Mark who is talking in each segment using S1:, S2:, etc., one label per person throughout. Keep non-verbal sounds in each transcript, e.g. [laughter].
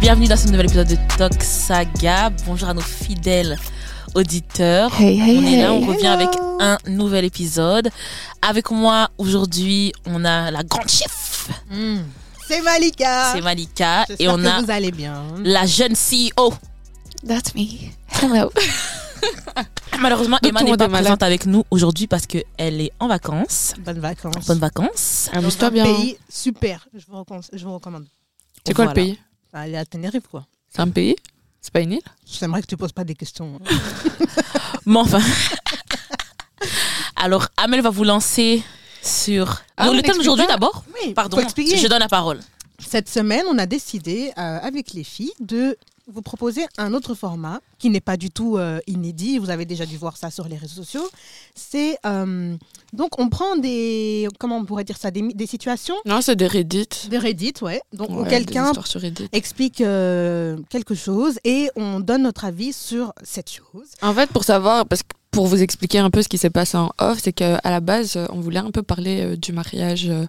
S1: Bienvenue dans ce nouvel épisode de Talk Saga. Bonjour à nos fidèles auditeurs.
S2: Hey, hey,
S1: on est là, on
S2: hey,
S1: revient
S2: hello.
S1: avec un nouvel épisode. Avec moi aujourd'hui, on a la grande chef,
S3: Hmm. C'est Malika.
S1: c'est Malika, et
S3: Ah, J'espère
S1: on
S3: que
S1: a
S3: vous allez bien.
S1: la jeune E CEO.
S2: That's me. Hello.
S1: Malheureusement,
S2: Donc,
S1: Emma
S2: tout le
S1: n'est
S2: monde
S1: pas
S2: est malade.
S1: présente avec nous aujourd'hui parce qu'elle est en vacances.
S3: Bonnes vacances.
S1: Bonnes vacances.
S2: Amuse-toi
S3: Dans un
S2: bien.
S3: Pays super. Je vous recommande. Je vous recommande.
S2: C'est quoi
S1: Voilà.
S2: le pays
S3: Allez à Tenerife quoi.
S2: C'est un pays C'est pas une île
S3: J'aimerais que tu poses pas des questions. hein.
S1: [laughs] Mais enfin. [laughs] Alors, Amel va vous lancer sur
S2: Ah,
S1: Donc,
S2: on
S1: le thème
S2: explique
S1: d'aujourd'hui
S2: pas
S1: d'abord.
S3: Oui.
S1: Pardon,
S3: Faut expliquer.
S1: je donne la parole.
S3: Cette semaine, on a décidé euh, avec les filles de vous proposer un autre format qui n'est pas du tout euh, inédit. Vous avez déjà dû voir ça sur les réseaux sociaux. C'est euh, donc on prend des comment on pourrait dire ça des, mi- des situations
S2: Non, c'est des Reddit.
S3: de Reddit, ouais. Donc où
S2: Ouais, des
S3: quelqu'un
S2: histoires sur Reddit.
S3: explique euh, quelque chose et on donne notre avis sur cette chose.
S2: En fait, pour savoir, parce que pour vous expliquer un peu ce qui s'est passé en off, c'est qu'à la base, euh, on voulait un peu parler euh, du mariage. euh,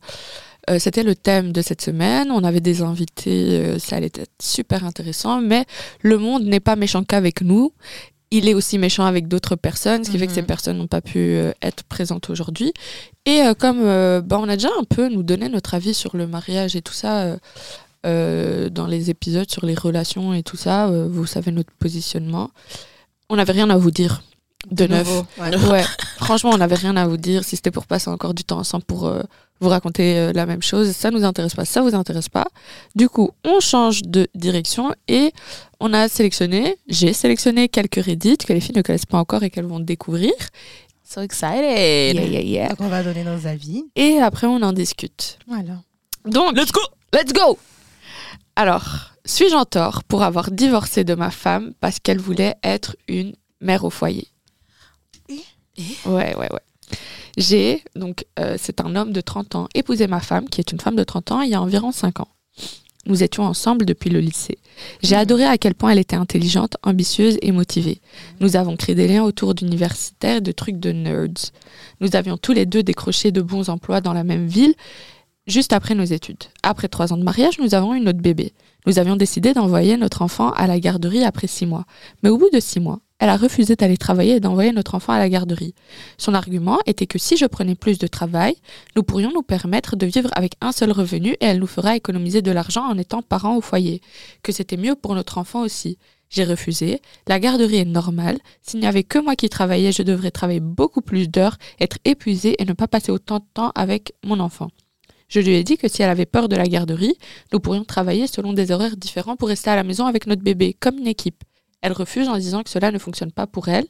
S2: euh, C'était le thème de cette semaine. On avait des invités, euh, ça allait être super intéressant. Mais le monde n'est pas méchant qu'avec nous. Il est aussi méchant avec d'autres personnes, ce qui fait que
S3: Mhm.
S2: ces personnes n'ont pas pu euh, être présentes aujourd'hui. Et euh, comme euh, bah, on a déjà un peu nous donné notre avis sur le mariage et tout ça euh, euh, dans les épisodes sur les relations et tout ça, euh, vous savez notre positionnement. On n'avait rien à vous dire de, neuf.
S3: nouveau, ouais.
S2: [laughs] Ouais, franchement, on n'avait rien à vous dire. Si c'était pour passer encore du temps ensemble pour euh, vous raconter euh, la même chose, ça nous intéresse pas, ça vous intéresse pas. Du coup, on change de direction et on a sélectionné, j'ai sélectionné quelques Reddit que les filles ne connaissent pas encore et qu'elles vont découvrir.
S1: So excited.
S3: Donc on va donner nos avis.
S2: Et après, on en discute.
S3: Voilà.
S2: Donc,
S1: Let's go.
S2: let's go Alors, suis-je en tort pour avoir divorcé de ma femme parce qu'elle voulait être une mère au foyer
S3: Eh
S2: Ouais, ouais, ouais. J'ai, donc, euh, c'est un homme de 30 ans, épousé ma femme, qui est une femme de 30 ans, il y a environ 5 ans. Nous étions ensemble depuis le lycée. J'ai
S1: Mm.
S3: Mhm.
S2: adoré à quel point elle était intelligente, ambitieuse et motivée. Nous avons créé des liens autour d'universitaires et de trucs de nerds. Nous avions tous les deux décroché de bons emplois dans la même ville, juste après nos études. Après trois ans de mariage, nous avons eu notre bébé. Nous avions décidé d'envoyer notre enfant à la garderie après six mois. Mais au bout de six mois, elle a refusé d'aller travailler et d'envoyer notre enfant à la garderie. Son argument était que si je prenais plus de travail, nous pourrions nous permettre de vivre avec un seul revenu et elle nous fera économiser de l'argent en étant parents au foyer, que c'était mieux pour notre enfant aussi. J'ai refusé, la garderie est normale, s'il n'y avait que moi qui travaillais, je devrais travailler beaucoup plus d'heures, être épuisée et ne pas passer autant de temps avec mon enfant. Je lui ai dit que si elle avait peur de la garderie, nous pourrions travailler selon des horaires différents pour rester à la maison avec notre bébé, comme une équipe. Elle refuse en disant que cela ne fonctionne pas pour elle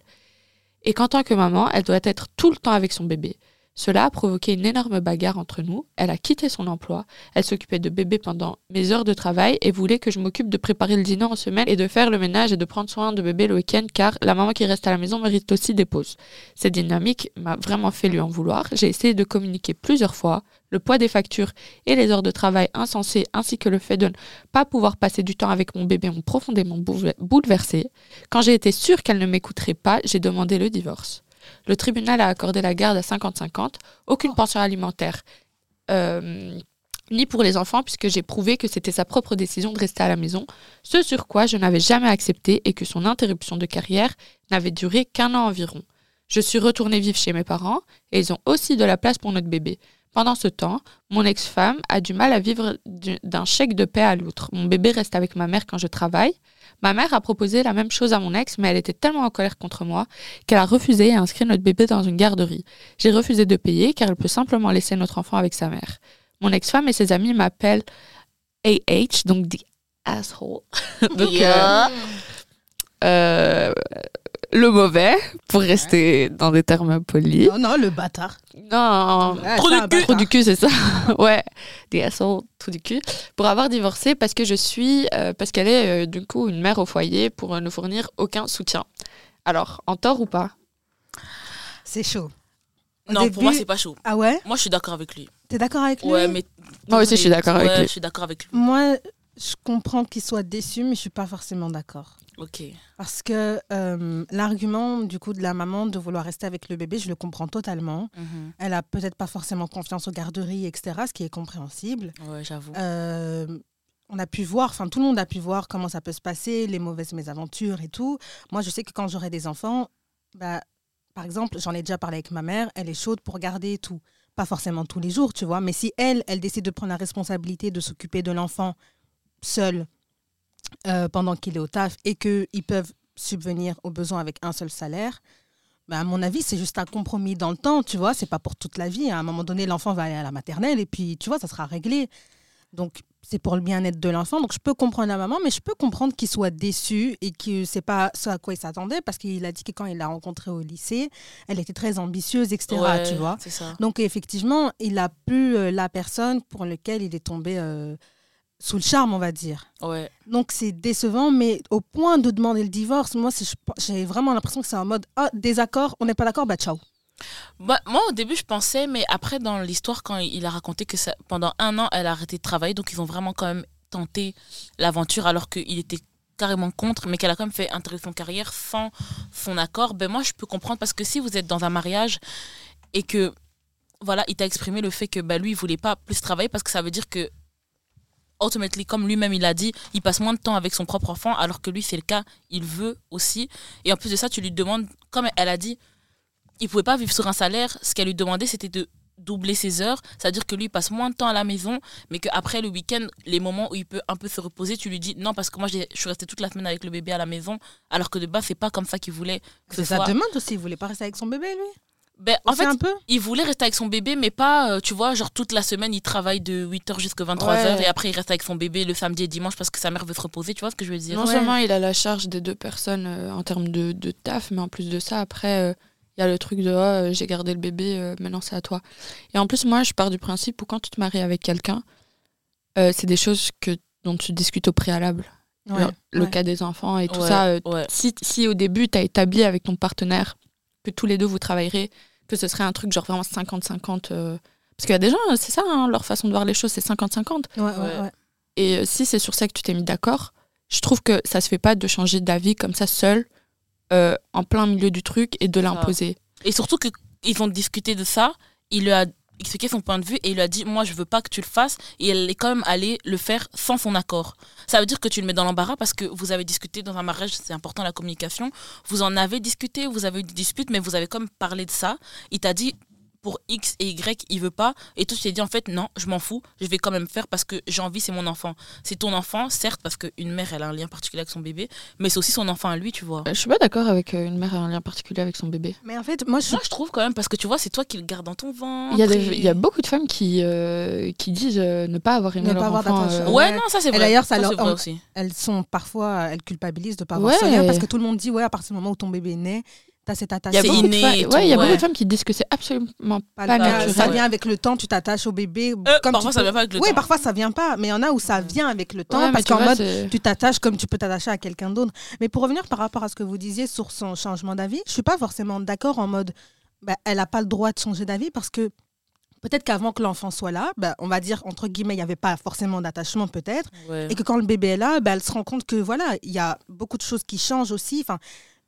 S2: et qu'en tant que maman, elle doit être tout le temps avec son bébé. Cela a provoqué une énorme bagarre entre nous. Elle a quitté son emploi, elle s'occupait de bébé pendant mes heures de travail et voulait que je m'occupe de préparer le dîner en semaine et de faire le ménage et de prendre soin de bébé le week-end car la maman qui reste à la maison mérite aussi des pauses. Cette dynamique m'a vraiment fait lui en vouloir. J'ai essayé de communiquer plusieurs fois le poids des factures et les heures de travail insensées ainsi que le fait de ne pas pouvoir passer du temps avec mon bébé m'ont profondément boulever- bouleversée. Quand j'ai été sûre qu'elle ne m'écouterait pas, j'ai demandé le divorce. Le tribunal a accordé la garde à 50-50, aucune pension alimentaire, euh, ni pour les enfants, puisque j'ai prouvé que c'était sa propre décision de rester à la maison, ce sur quoi je n'avais jamais accepté et que son interruption de carrière n'avait duré qu'un an environ. Je suis retournée vivre chez mes parents et ils ont aussi de la place pour notre bébé. Pendant ce temps, mon ex-femme a du mal à vivre du- d'un chèque de paix à l'autre. Mon bébé reste avec ma mère quand je travaille. Ma mère a proposé la même chose à mon ex, mais elle était tellement en colère contre moi qu'elle a refusé et a inscrit notre bébé dans une garderie. J'ai refusé de payer car elle peut simplement laisser notre enfant avec sa mère. Mon ex-femme et ses amis m'appellent AH, donc the asshole. donc, euh, euh, le mauvais, pour rester dans des termes polis.
S3: Non, non, le bâtard.
S2: Non,
S3: Ouais,
S1: Trop
S3: c'est
S1: de
S3: un
S1: cul.
S2: Trou
S3: bâtard.
S2: Ah, du cul, c'est ça. [laughs] ouais, des assauts, trou du cul. Pour avoir divorcé parce que je suis, euh, parce qu'elle est euh, du coup une mère au foyer pour euh, ne fournir aucun soutien. Alors, en tort ou pas
S3: C'est chaud. Au
S1: Non, pour moi,
S3: début-
S1: c'est pas chaud.
S3: Ah ouais
S1: Moi, je suis d'accord avec lui.
S3: T'es d'accord avec lui
S1: Ouais, mais.
S2: Moi aussi, je suis d'accord avec
S1: Ouais,
S2: lui.
S1: Je suis d'accord avec lui.
S3: Moi, je comprends qu'il soit déçu, mais je suis pas forcément d'accord.
S1: Ok.
S3: Parce que euh, l'argument du coup de la maman de vouloir rester avec le bébé, je le comprends totalement.
S2: Mm-hmm.
S1: Mhm.
S3: Elle a peut-être pas forcément confiance aux garderies, etc., ce qui est compréhensible.
S1: Ouais, j'avoue.
S3: Euh, on a pu voir, enfin tout le monde a pu voir comment ça peut se passer, les mauvaises mésaventures et tout. Moi, je sais que quand j'aurai des enfants, bah, par exemple, j'en ai déjà parlé avec ma mère, elle est chaude pour garder et tout. Pas forcément tous les jours, tu vois, mais si elle, elle décide de prendre la responsabilité de s'occuper de l'enfant seule euh, pendant qu'il est au taf et qu'ils peuvent subvenir aux besoins avec un seul salaire, bah, à mon avis, c'est juste un compromis dans le temps, tu vois, c'est pas pour toute la vie. hein. À un moment donné, l'enfant va aller à la maternelle et puis, tu vois, ça sera réglé. Donc, c'est pour le bien-être de l'enfant. Donc, je peux comprendre la maman, mais je peux comprendre qu'il soit déçu et que c'est pas ce à quoi il s'attendait parce qu'il a dit que quand il l'a rencontrée au lycée, elle était très ambitieuse, etc.
S1: Ouais,
S3: tu vois.
S1: C'est ça.
S3: Donc, effectivement, il a pu euh, la personne pour laquelle il est tombé euh, sous le charme, on va dire.
S1: Ouais.
S3: Donc c'est décevant, mais au point de demander le divorce, moi c'est- je pe- j'ai vraiment l'impression que c'est en mode ah désaccord, on n'est pas d'accord, bah ciao.
S1: Bah, moi, au début, je pensais, mais après, dans l'histoire, quand il a raconté que ça- pendant un an, elle a arrêté de travailler, donc ils ont vraiment quand même tenté l'aventure alors qu'il était carrément contre, mais qu'elle a quand même fait interrompre son carrière sans son accord. Ben moi, je peux comprendre parce que si vous êtes dans un mariage et que voilà, il t'a exprimé le fait que bah lui, il voulait pas plus travailler parce que ça veut dire que ultimately, comme lui-même il a dit, il passe moins de temps avec son propre enfant, alors que lui, c'est le cas, il veut aussi. Et en plus de ça, tu lui demandes, comme elle a dit, il pouvait pas vivre sur un salaire. Ce qu'elle lui demandait, c'était de doubler ses heures. C'est-à-dire que lui, il passe moins de temps à la maison, mais qu'après le week-end, les moments où il peut un peu se reposer, tu lui dis non, parce que moi, j'ai- je suis restée toute la semaine avec le bébé à la maison, alors que de base, c'est pas comme ça qu'il voulait que ce
S3: C'est sa
S1: soit.
S3: demande aussi, il voulait pas rester avec son bébé lui
S1: Ben, en
S3: Aussi
S1: fait,
S3: un peu
S1: il voulait rester avec son bébé, mais pas, euh, tu vois, genre toute la semaine, il travaille de 8h jusqu'à 23h
S2: Ouais.
S1: et après il reste avec son bébé le samedi et dimanche parce que sa mère veut se reposer, tu vois ce que je veux dire
S2: Non
S3: Ouais.
S2: seulement il a la charge des deux personnes euh, en termes de, de taf, mais en plus de ça, après, euh, il y a le truc de Ah, euh, j'ai gardé le bébé, euh, maintenant c'est à toi. Et en plus, moi, je pars du principe où quand tu te maries avec quelqu'un, euh, c'est des choses que, dont tu discutes au préalable.
S3: Ouais,
S2: Genre, le
S3: ouais.
S2: cas des enfants et tout
S1: Ouais,
S2: ça. euh,
S1: ouais.
S2: si, si au début, tu as établi avec ton partenaire que tous les deux vous travaillerez, que ce serait un truc genre vraiment 50-50. euh, parce qu'il y a des gens, euh, c'est ça, hein, leur façon de voir les choses, c'est 50-50.
S3: Ouais, ouais,
S1: Ouais.
S3: ouais.
S2: Et euh, si c'est sur ça que tu t'es mis d'accord, je trouve que ça se fait pas de changer d'avis comme ça seul, euh, en plein milieu du truc, et de l'imposer.
S1: Et surtout qu'ils ont discuté de ça, il lui a expliqué son point de vue et il lui a dit Moi, je veux pas que tu le fasses. Et elle est quand même allée le faire sans son accord. Ça veut dire que tu le mets dans l'embarras parce que vous avez discuté dans un mariage, c'est important la communication. Vous en avez discuté, vous avez eu des disputes, mais vous avez comme parlé de ça. Il t'a dit pour X et Y, il veut pas. Et toi, tu t'es dit en fait, non, je m'en fous, je vais quand même faire parce que j'ai envie, c'est mon enfant. C'est ton enfant, certes, parce qu'une mère, elle a un lien particulier avec son bébé, mais c'est aussi son enfant à lui, tu vois.
S2: Euh, Je suis pas d'accord avec euh, une mère à un lien particulier avec son bébé.
S3: Mais en fait, moi je
S1: Moi, je trouve quand même, parce que tu vois, c'est toi qui le gardes dans ton ventre.
S2: Il y, a des-
S1: et-
S2: il y a beaucoup de femmes qui, euh, qui disent euh, ne pas avoir aimé
S3: Ne
S2: leur
S3: pas avoir
S2: enfant.
S3: d'attention.
S2: euh,
S1: Ouais,
S3: Ouais.
S1: non, ça c'est
S3: Et
S1: vrai.
S3: d'ailleurs, ça leur-
S1: c'est vrai
S3: on-
S1: aussi.
S3: elles sont parfois elles culpabilisent de pas avoir
S2: Ouais.
S3: son lien parce que tout le monde dit ouais à partir du moment où ton bébé est né, tu as cette
S2: Il y a,
S1: C'est
S3: attachement.
S2: beaucoup de,
S1: inné
S2: femmes-
S1: et
S2: ouais, il y a
S1: tout,
S2: beaucoup
S1: ouais.
S2: de femmes qui disent que c'est absolument
S3: Pas
S2: pas,
S3: le cas.
S1: naturel.
S3: ça
S2: naturel.
S3: vient avec le temps, tu t'attaches au bébé
S1: Euh,
S3: comme
S1: parfois,
S3: tu
S1: ça
S3: peux.
S1: vient pas avec le
S3: Oui,
S1: temps.
S3: parfois ça vient pas, mais il y en a où ça vient avec le temps
S2: Ouais, mais
S3: parce
S2: tu
S3: qu'en
S2: vois,
S3: mode
S2: c'est-
S3: tu t'attaches comme tu peux t'attacher à quelqu'un d'autre. Mais pour revenir par rapport à ce que vous disiez sur son changement d'avis, je suis pas forcément d'accord en mode bah, elle n'a pas le droit de changer d'avis parce que peut-être qu'avant que l'enfant soit là, bah, on va dire entre guillemets, il n'y avait pas forcément d'attachement peut-être.
S1: Ouais.
S3: Et que quand le bébé est là, bah, elle se rend compte que voilà, il y a beaucoup de choses qui changent aussi. Enfin,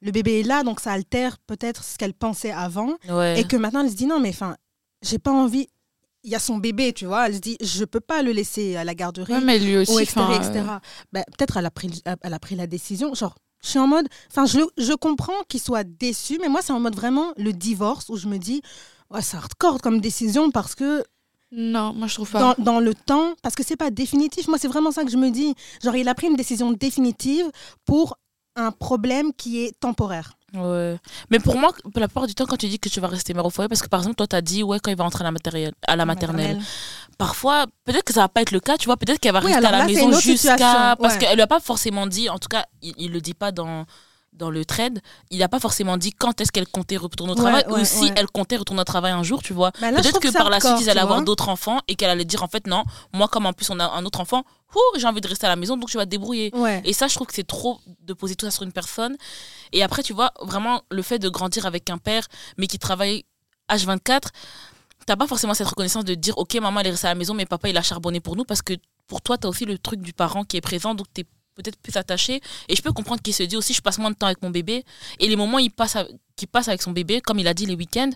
S3: le bébé est là, donc ça altère peut-être ce qu'elle pensait avant.
S1: Ouais.
S3: Et que maintenant, elle se dit non, mais enfin, j'ai pas envie. Il y a son bébé, tu vois. Elle se dit, je peux pas le laisser à la garderie
S2: Ouais, mais lui aussi,
S3: ou etc.
S2: enfin,
S3: etc.
S2: euh,
S3: Ben, Peut-être elle a pris, elle a pris la décision. Genre, je suis en mode, enfin, je, je comprends qu'il soit déçu, mais moi, c'est en mode vraiment le divorce où je me dis, ouais, c'est hardcore comme décision parce que
S2: euh, non, moi je trouve pas.
S1: Bah.
S3: dans, dans le temps, parce que c'est pas définitif. Moi, c'est vraiment ça que je me dis. Genre, il a pris une décision définitive pour un problème qui est temporaire.
S1: Ouais. Mais pour moi, la plupart du temps, quand tu dis que tu vas rester mère au foyer, parce que par exemple, toi, t'as dit, ouais, quand il va rentrer à la, matérielle, à la maternelle. Parfois, peut-être que ça va pas être le cas, tu vois, peut-être qu'elle va
S3: Oui,
S1: rester
S3: alors
S1: à la
S3: là, c'est une
S1: maison
S3: autre
S1: jusqu'à.
S3: situation,
S1: Parce
S3: ouais.
S1: qu'elle lui a pas forcément dit, en tout cas, il, il le dit pas dans. Dans le trade, il n'a pas forcément dit quand est-ce qu'elle comptait retourner au
S3: Ouais,
S1: travail
S3: ouais,
S1: ou si
S3: ouais.
S1: elle comptait retourner au travail un jour, tu vois.
S3: Ben là, je
S1: Peut-être
S3: trouve
S1: que
S3: c'est
S1: par la suite,
S3: hardcore,
S1: ils allaient
S3: tu
S1: avoir
S3: vois.
S1: d'autres enfants et qu'elle allait dire en fait, non, moi, comme en plus on a un autre enfant, ouh, j'ai envie de rester à la maison, donc tu vas te débrouiller.
S3: Ouais.
S1: Et ça, je trouve que c'est trop de poser tout ça sur une personne. Et après, tu vois, vraiment, le fait de grandir avec un père, mais qui travaille H24, t'as pas forcément cette reconnaissance de dire, OK, maman, elle est restée à la maison, mais papa, il a charbonné pour nous, parce que pour toi, t'as aussi le truc du parent qui est présent, donc t'es peut-être plus attaché. Et je peux comprendre qu'il se dit aussi, je passe moins de temps avec mon bébé. Et les moments qu'il passe, à- qu'il passe avec son bébé, comme il a dit, les week-ends,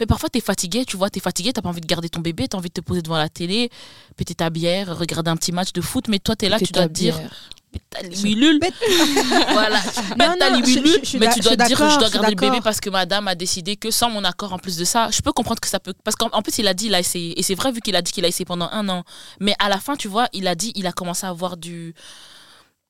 S1: mais parfois, tu es fatigué, tu vois, tu es fatigué, tu pas envie de garder ton bébé, tu as envie de te poser devant la télé, péter ta bière, regarder un petit match de foot, mais toi, tu es là, tu dois te dire, pète ta libellule.
S3: Pète-
S1: [laughs] voilà, tu
S3: Non,
S1: pètes ta
S3: non, je-
S1: libellule,
S3: je- je suis
S1: mais
S3: d'a-
S1: tu
S3: je suis
S1: dois te dire,
S3: d'accord,
S1: je
S3: je
S1: dois
S3: suis
S1: garder le bébé
S3: d'accord.
S1: parce que madame a décidé que sans mon accord, en plus de ça, je peux comprendre que ça peut. Parce qu'en en plus, il a dit, il a essayé. Et c'est vrai, vu qu'il a dit qu'il a essayé pendant un an. Mais à la fin, tu vois, il a dit, il a commencé à avoir du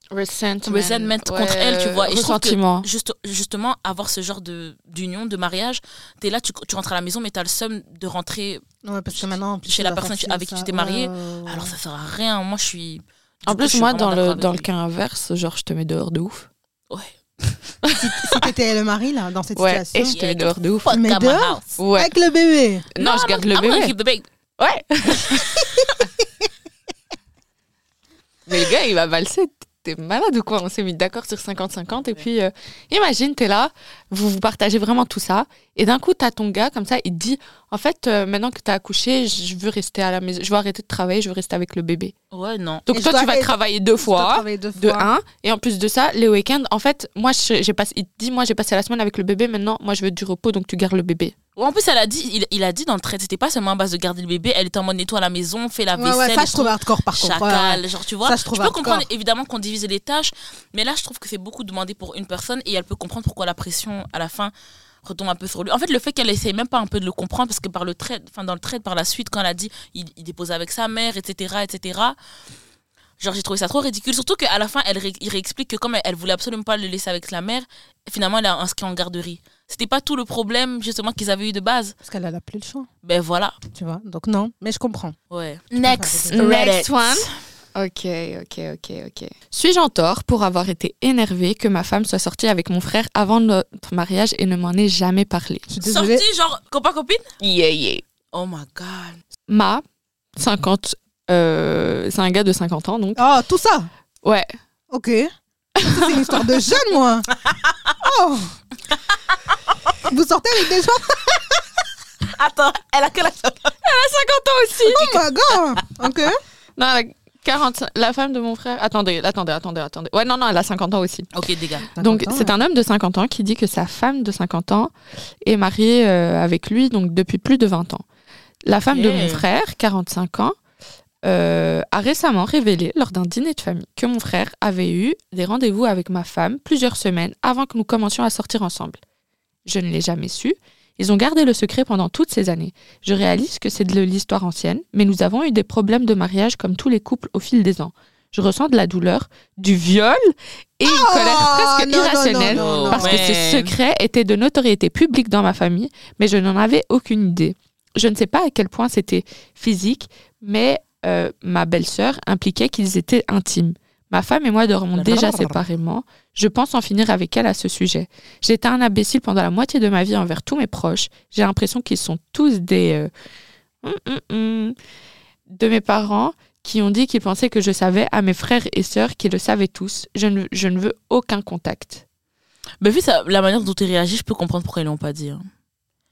S2: Resentment.
S1: resentment contre elle, tu vois. Et je trouve que
S2: ressentiment.
S1: juste, justement, avoir ce genre de- d'union, de mariage, tu es là, tu, tu rentres à la maison, mais tu as le seum de rentrer.
S3: Ouais, parce que maintenant, en plus,
S1: Chez
S3: c'est
S1: la
S3: pas
S1: personne
S3: facile,
S1: avec qui
S3: ça. Euh,
S1: tu t'es marié,
S3: Ouais, ouais, ouais.
S1: Alors, ça sert à rien. Moi, je suis.
S2: En
S1: du coup, je
S2: plus,
S1: suis
S2: moi,
S1: vraiment
S2: dans le,
S1: d'accord avec
S2: dans le
S1: lui.
S2: cas inverse, genre, je te mets dehors de ouf.
S3: Si t'étais le mari, là, dans cette
S2: Ouais, et
S3: situation,
S2: je te mets dehors de ouf.
S1: Fuck Ah,
S3: Mais
S1: at my
S3: dehors,
S1: house.
S2: Ouais.
S3: avec le bébé.
S2: Non, je garde le
S1: I'm gonna
S2: bébé.
S1: keep the baby.
S2: Ouais. [laughs] Mais le gars, il va valser. T'es malade ou quoi On s'est mis d'accord sur 50-50. Et puis, euh, imagine, t'es là, vous vous partagez vraiment tout ça. Et d'un coup, t'as ton gars comme ça, il te dit En fait, euh, maintenant que t'as accouché, je veux rester à la maison. Je veux arrêter de travailler, je veux rester avec le bébé.
S1: Ouais, non.
S2: Donc,
S3: Et je
S2: toi,
S3: dois
S2: tu vas
S3: être-
S2: travailler deux
S3: Tu dois
S2: fois.
S3: travailler deux
S2: De
S3: fois.
S2: un. Et en plus de ça, les week-ends, en fait, moi, je- j'ai passé, il te dit Moi, j'ai passé la semaine avec le bébé. Maintenant, moi, je veux du repos, donc tu gardes le bébé.
S1: Ouais, en plus, elle a dit, il, il a dit dans le trait, c'était pas seulement à base de garder le bébé, elle était en mode nettoie la maison, fais la
S3: Ouais,
S1: vaisselle,
S3: ouais, ça,
S1: et
S3: je trouve hardcore, par contre. Ouais,
S1: chacal,
S3: ouais.
S1: genre tu vois.
S3: Ça, je trouve
S1: peux
S3: hardcore.
S1: comprendre évidemment qu'on divise les tâches, mais là, je trouve que c'est beaucoup demandé pour une personne et elle peut comprendre pourquoi la pression à la fin retombe un peu sur lui. En fait, le fait qu'elle essaye même pas un peu de le comprendre, parce que par le trait, enfin dans le trait, par la suite, quand elle a dit, il, il dépose avec sa mère, etc., etc. Genre, j'ai trouvé ça trop ridicule. Surtout qu'à la fin, elle ré- il réexplique que comme elle, elle voulait absolument pas le laisser avec la mère, finalement, elle l'a inscrit en garderie. C'était pas tout le problème, justement, qu'ils avaient eu de base.
S3: Parce qu'elle a plus le choix,
S1: Ben voilà.
S3: tu vois. Donc, non, mais je comprends.
S1: Ouais.
S3: Next
S2: Next one. Ok, ok, ok, ok. Suis-je en tort pour avoir été énervée que ma femme soit sortie avec mon frère avant notre mariage et ne m'en ait jamais parlé
S3: Je suis désolée.
S1: Sorti genre copain copine
S2: Yeah, yeah.
S1: Oh my god.
S2: Ma, 50, euh, c'est un gars de 50 ans donc.
S3: Oh, tout ça
S2: Ouais. [laughs]
S3: Ok. Ça, C'est une histoire de jeune, moi. Oh. Vous sortez avec des gens
S1: Attends, elle a quel âge
S2: 50 ans aussi
S3: Oh my god Ok.
S2: Non, elle a 45, la femme de mon frère. Attendez, attendez, attendez, attendez. Ouais, non, non, elle a 50 ans aussi.
S1: Ok les gars.
S2: Donc c'est un homme de 50 ans qui dit que sa femme de 50 ans est mariée euh, avec lui donc depuis plus de 20 ans. La femme de
S1: Yeah.
S2: mon frère, 45 ans, euh, a récemment révélé lors d'un dîner de famille que mon frère avait eu des rendez-vous avec ma femme plusieurs semaines avant que nous commencions à sortir ensemble. Je ne l'ai jamais su. Ils ont gardé le secret pendant toutes ces années. Je réalise que c'est de l'histoire ancienne, mais nous avons eu des problèmes de mariage comme tous les couples au fil des ans. Je ressens de la douleur, du viol et une colère presque
S3: Ah, Oh, non, non, non,
S2: irrationnelle
S3: non, non,
S2: parce
S3: non.
S2: que ce
S1: Man.
S2: secret était de notoriété publique dans ma famille, mais je n'en avais aucune idée. Je ne sais pas à quel point c'était physique, mais euh, ma belle-sœur impliquait qu'ils étaient intimes. Ma femme et moi dormons déjà séparément. Je pense en finir avec elle à ce sujet. J'étais un imbécile pendant la moitié de ma vie envers tous mes proches. J'ai l'impression qu'ils sont tous des... euh, hum, hum, hum, de mes parents qui ont dit qu'ils pensaient que je savais à mes frères et sœurs qui le savaient tous. Je ne- je ne veux aucun contact.
S1: Mais vu ça, la manière dont tu réagis, je peux comprendre pourquoi ils l'ont pas dit. hein.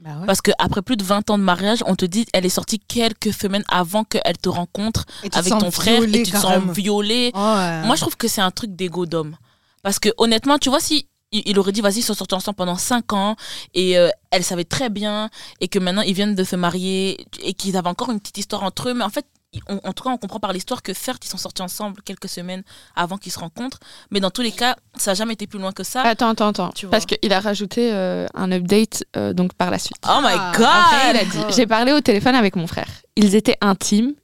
S3: Bah ouais.
S1: Parce que après plus de 20 ans de mariage, on te dit elle est sortie quelques semaines avant qu'elle te rencontre
S3: Et tu te
S1: avec
S3: sens
S1: ton frère
S3: violée,
S1: et tu te sens
S3: carrément.
S1: violée.
S3: Oh, ouais.
S1: Moi je trouve que c'est un truc d'ego d'homme. Parce que honnêtement, tu vois si il il aurait dit vas-y ils sont sortis ensemble pendant 5 ans et euh, elle savait très bien et que maintenant ils viennent de se marier et qu'ils avaient encore une petite histoire entre eux mais en fait ils- on- en tout cas on comprend par l'histoire que certes ils sont sortis ensemble quelques semaines avant qu'ils se rencontrent mais dans tous les cas ça n'a jamais été plus loin que
S3: Ah.
S1: ça
S2: Attends, attends, attends.
S1: Ah. Tu vois.
S2: Parce qu'il a rajouté euh, un update euh, donc par la suite.
S1: oh my
S3: Ah,
S1: god
S2: Après, il a dit, J'ai parlé au téléphone avec mon frère. Ils étaient intimes,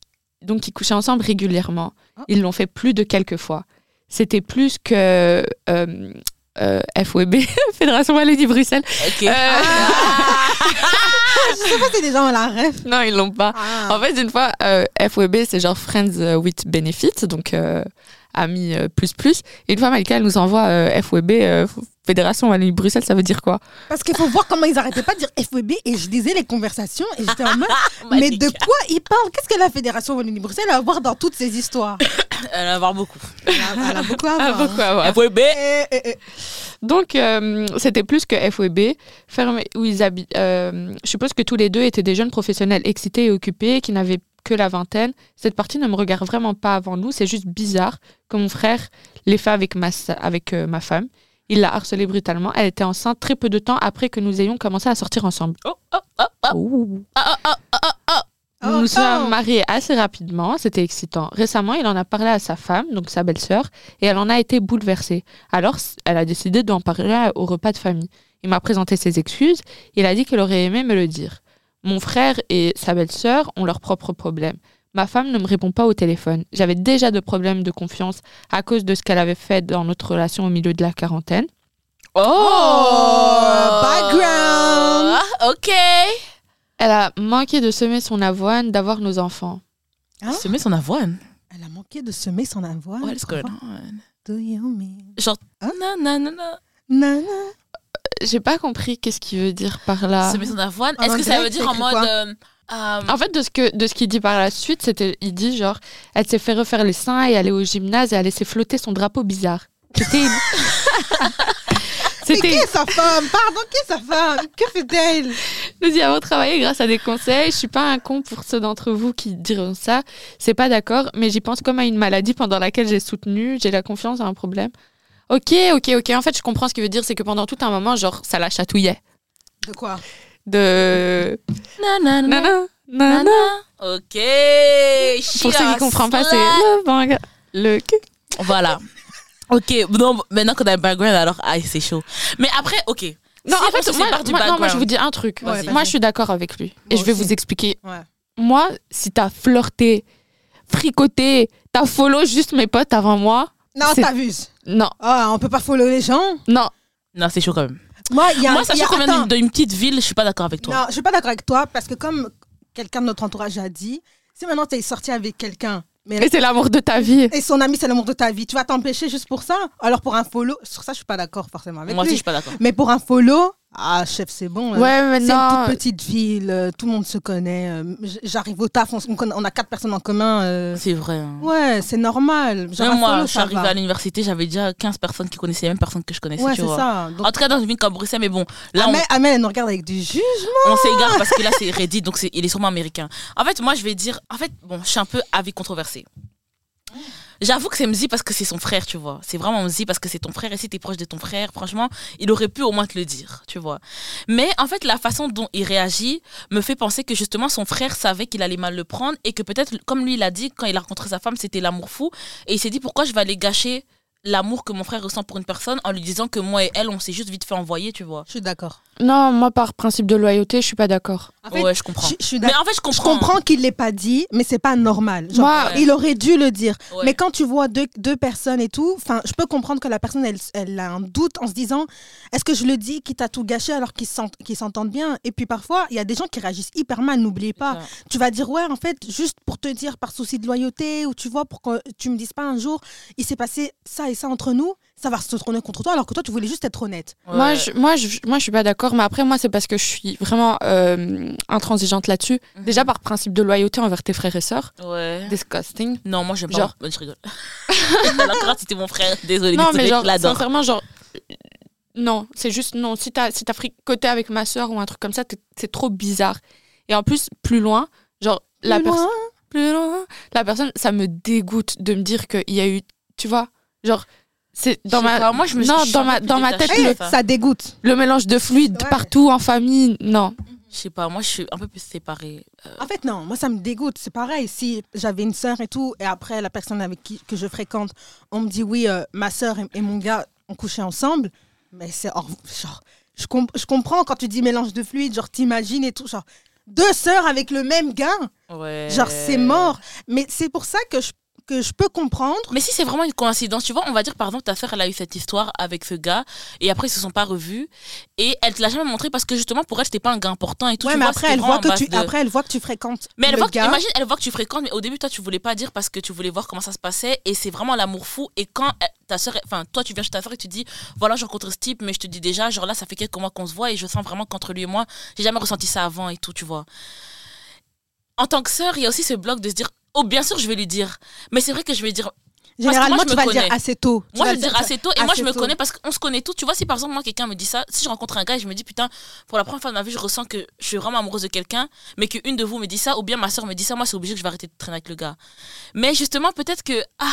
S2: donc ils couchaient ensemble régulièrement.
S3: Oh.
S2: Ils l'ont fait plus de quelques fois. C'était plus que euh, euh, FOB, [laughs] Fédération Wallonie-Bruxelles.
S1: Ok.
S2: Euh,
S3: Je sais pas si des gens ont la ref.
S2: [laughs] non, ils l'ont pas. Ah.
S3: Ah.
S2: En fait, une fois, euh, FOB, c'est genre Friends with Benefit, donc euh, amis euh, plus plus. Et une fois, Malika, elle nous envoie euh, FOB, euh, Fédération Wallonie-Bruxelles, ça veut dire quoi
S3: Parce qu'il faut voir comment ils arrêtaient pas de dire FEB et je lisais les conversations et j'étais
S2: [laughs]
S3: en mode
S1: Oh my
S3: mais de
S1: God.
S3: quoi ils parlent Qu'est-ce que la Fédération Wallonie-Bruxelles a à voir dans toutes ces histoires
S1: Elle va avoir beaucoup.
S3: elle a, elle a beaucoup à voir. hein.
S2: Ah, pourquoi avoir
S1: FWB.
S3: Eh, eh, eh.
S2: Donc, euh, c'était plus que FOB, ferme où ils habitent. euh, je suppose que tous les deux étaient des jeunes professionnels excités et occupés qui n'avaient que la vingtaine, cette partie ne me regarde vraiment pas avant nous. C'est juste bizarre que mon frère l'ait fait avec ma, sa- avec, euh, ma femme. Il l'a harcelée brutalement. Elle était enceinte très peu de temps après que nous ayons commencé à sortir ensemble.
S1: Oh, oh, oh, oh,
S2: Ouh.
S1: oh, oh, oh, oh, oh.
S2: Nous
S3: Oh,
S2: nous sommes
S3: oh.
S2: mariés assez rapidement, c'était excitant. Récemment, il en a parlé à sa femme, donc sa belle-sœur, et elle en a été bouleversée. Alors, s- elle a décidé d'en parler au repas de famille. Il m'a présenté ses excuses, il a dit qu'il aurait aimé me le dire. Mon frère et sa belle-sœur ont leurs propres problèmes. Ma femme ne me répond pas au téléphone. J'avais déjà de problèmes de confiance à cause de ce qu'elle avait fait dans notre relation au milieu de la quarantaine.
S3: Oh, background. Hein?
S1: Ah, Ok.
S2: Elle a manqué de semer son avoine, d'avoir nos enfants.
S3: Hein Hein?
S1: Se met son avoine.
S3: Elle a manqué de semer son avoine.
S1: What's going
S3: Enfin,
S1: on?
S3: do you mean-
S1: Genre,
S3: Hein
S1: non, non, non, non.
S3: Nana.
S2: J'ai pas compris qu'est-ce qu'il veut dire par là.
S1: Se met son avoine.
S3: En
S1: Est-ce que ça
S3: anglais,
S1: veut
S3: c'est
S1: dire en
S3: écrit
S1: mode.
S3: quoi
S1: euh, euh,
S2: En fait, de ce que de ce qu'il dit par la suite, c'était il dit genre elle s'est fait refaire les seins et aller au gymnase et elle a laissé flotter son drapeau bizarre. C'était [laughs] une-
S3: Mais qui
S2: C'était
S3: est sa femme Pardon, qui est sa femme Que fait-elle
S2: nous y avons travaillé grâce à des conseils. Je suis pas un con pour ceux d'entre vous qui diront ça. C'est pas d'accord, mais j'y pense comme à une maladie pendant laquelle j'ai soutenu, j'ai la confiance à un problème. Ok, ok, ok. En fait, je comprends ce qu'il veut dire, c'est que pendant tout un moment, genre, ça la chatouillait.
S3: De quoi
S2: De.
S1: nanana,
S2: Nanana, nanana.
S1: nanana. Ok.
S2: Ah. Pour
S1: Pour
S2: ceux qui comprennent pas, c'est le manga. Le cul.
S1: [laughs] Voilà. Ok, non, maintenant qu'on a le background, alors ah, c'est chaud. Mais après, ok.
S2: Non,
S1: Si
S2: en
S1: on se
S2: fait, moi,
S1: sépare du
S2: moi- non, moi,
S1: background.
S2: je vous dis un truc.
S3: Ouais,
S2: moi,
S3: vas-y.
S2: je suis d'accord avec lui. et
S3: Moi
S2: je vais
S3: aussi.
S2: vous expliquer.
S3: Ouais.
S2: Moi, si t'as flirté, fricoté, t'as follow juste mes potes avant moi,
S3: Non,
S2: C'est-
S3: t'abuses.
S2: non,
S3: Ah, on peut pas follow les gens.
S2: non.
S1: Non, c'est chaud quand même.
S3: Moi, il y a
S1: Moi,
S3: il y
S1: sachant
S3: a-
S1: qu'on vient d'une-
S3: attends.
S1: d'une petite ville, je suis pas d'accord avec toi.
S3: Non, je suis pas d'accord avec toi parce que comme quelqu'un de notre entourage a dit, si maintenant t'es sorti avec quelqu'un, mais
S2: Et c'est l'amour de ta vie.
S3: et son ami c'est l'amour de ta vie, tu vas t'empêcher juste pour ça Alors pour un follow, sur ça je suis pas d'accord forcément avec
S1: Moi aussi,
S3: lui.
S1: je suis pas d'accord.
S3: Mais pour un follow, ah chef c'est bon. euh,
S2: Ouais, mais
S3: C'est une
S2: non.
S3: toute petite ville, euh, tout le monde se connaît. euh, j- J'arrive au taf, on, se- on conna- on a quatre personnes en commun. euh,
S1: C'est vrai. hein.
S3: Ouais, c'est normal. Genre
S1: Même
S3: un
S1: moi,
S3: follow,
S1: je suis
S3: ça
S1: arrivée
S3: va.
S1: à l'université, j'avais déjà 15 personnes qui connaissaient les mêmes personnes que je connaissais.
S3: Ouais,
S1: tu
S3: c'est
S1: vois.
S3: ça. Ah, Donc,
S1: En tout cas, dans une ville comme Bruxelles, mais bon, là, on-
S3: Amel, Amel, elle nous regarde avec du jus.
S1: on, s'égare parce que là, c'est Reddit, donc c'est- il est sûrement américain. En fait, moi, je vais dire, en fait, bon, je suis un peu avis controversé. J'avoue que c'est Mzi parce que c'est son frère, tu vois. C'est vraiment Mzi parce que c'est ton frère. Et si t'es proche de ton frère, franchement, il aurait pu au moins te le dire, tu vois. Mais en fait, la façon dont il réagit me fait penser que justement son frère savait qu'il allait mal le prendre et que peut-être, comme lui il a dit, quand il a rencontré sa femme, c'était l'amour fou. Et il s'est dit pourquoi je vais aller gâcher l'amour que mon frère ressent pour une personne en lui disant que moi et elle, on s'est juste vite fait envoyer, tu vois.
S3: Je suis d'accord.
S2: Non, moi, par principe de loyauté, je suis pas d'accord.
S3: En fait,
S1: ouais, je comprends.
S3: je, je suis
S1: Mais hein.
S3: d'accord.
S1: en fait, je
S3: Je
S1: comprends.
S3: comprends qu'il l'ait pas dit, mais c'est pas normal. Genre,
S2: Moi,
S1: Ouais.
S3: il aurait dû le dire.
S1: Ouais.
S3: Mais quand tu vois deux, deux personnes et tout, enfin, je peux comprendre que la personne, elle, elle a un doute en se disant, est-ce que je le dis quitte à tout gâcher alors qu'ils s'ent- qu'ils s'entendent bien Et puis parfois, il y a des gens qui réagissent hyper mal, n'oubliez pas. Tu vas dire, ouais, en fait, juste pour te dire par souci de loyauté, ou tu vois, pour que tu me dises pas un jour, il s'est passé ça et ça entre nous, ça va se tourner contre toi alors que toi, tu voulais juste être honnête.
S1: Ouais.
S2: Moi, je, moi, je, moi, je suis pas d'accord. Mais après, moi, c'est parce que je suis vraiment euh, intransigeante là-dessus.
S1: Mhm.
S2: Déjà, par principe de loyauté envers tes frères et sœurs.
S1: Ouais.
S2: Disgusting.
S1: Non, moi, j'aime pas.
S2: Genre-
S1: Je rigole. [laughs] Alors, quand c'était mon frère, désolé.
S2: Non, mais genre,
S1: l'adore.
S2: sincèrement, genre. euh, Non, c'est juste non. Si t'as si t'as fricoté avec ma soeur ou un truc comme ça, t'es- c'est trop bizarre. Et en plus, plus loin, genre, la
S3: Plus loin.
S2: personne. Plus loin. La personne, ça me dégoûte de me dire qu'il y a eu. Tu vois Genre, c'est dans
S1: Je sais
S2: ma.
S1: pas, moi, je me
S2: non,
S1: je suis
S2: dans
S1: un
S2: ma,
S1: peu
S2: dans ma
S1: détachée
S2: tête,
S1: de
S2: le,
S3: Eh,
S1: ça.
S3: ça dégoûte.
S2: le mélange de fluides
S3: Ouais.
S2: partout en famille, non.
S1: Je sais pas, moi, je suis un peu plus séparée. Euh,
S3: En fait, non, moi, ça me dégoûte. C'est pareil. Si j'avais une sœur et tout, et après, la personne avec qui que je fréquente, on me dit, oui, euh, ma sœur et, et mon gars ont couché ensemble, mais c'est hors- genre, je, comp- je comprends quand tu dis mélange de fluides, genre, t'imagines et tout, genre, deux sœurs avec le même gars,
S1: ouais.
S3: genre,
S1: Euh.
S3: c'est mort. Mais c'est pour ça que je, que je peux comprendre.
S1: Mais si c'est vraiment une coïncidence, tu vois, on va dire par exemple, ta soeur, elle a eu cette histoire avec ce gars, et après, ils se sont pas revus, et elle te l'a jamais montré parce que justement, pour elle, c'était pas un gars important et tout.
S3: ouais,
S1: tu
S3: mais
S1: vois,
S3: après
S1: c'était
S3: elle,
S1: vraiment
S3: voit que
S1: en
S3: tu,
S1: base de-
S3: après, elle voit que tu fréquentes
S1: Mais elle
S3: le
S1: voit que,
S3: gars.
S1: imagine, elle voit que tu fréquentes, mais au début, toi, tu voulais pas dire parce que tu voulais voir comment ça se passait, et c'est vraiment l'amour fou. Et quand elle- ta soeur, enfin, toi, tu viens chez ta soeur et tu dis, voilà, j'ai rencontré ce type, mais je te dis déjà, genre là, ça fait quelques mois qu'on se voit, et je sens vraiment qu'entre lui et moi, j'ai jamais ressenti ça avant et tout, tu vois. En tant que soeur, il y a aussi ce bloc de se dire, oh, bien sûr, je vais lui dire, mais c'est vrai que je vais dire, Parce que
S3: Généralement,
S1: moi, je
S3: tu
S1: me
S3: vas le
S1: connais.
S3: dire assez tôt. Tu
S1: Moi,
S3: vas
S1: je le
S3: le
S1: dirais assez tôt. Et moi,
S3: assez
S1: je me
S3: tôt.
S1: connais parce qu'on se connaît tous. Tu vois, si par exemple, moi, quelqu'un me dit ça, si je rencontre un gars et je me dis, putain, pour la première fois de ma vie, je ressens que je suis vraiment amoureuse de quelqu'un, mais qu'une de vous me dit ça, ou bien ma soeur me dit ça, moi, c'est obligé que je vais arrêter de traîner avec le gars. Mais justement, peut-être que, ah,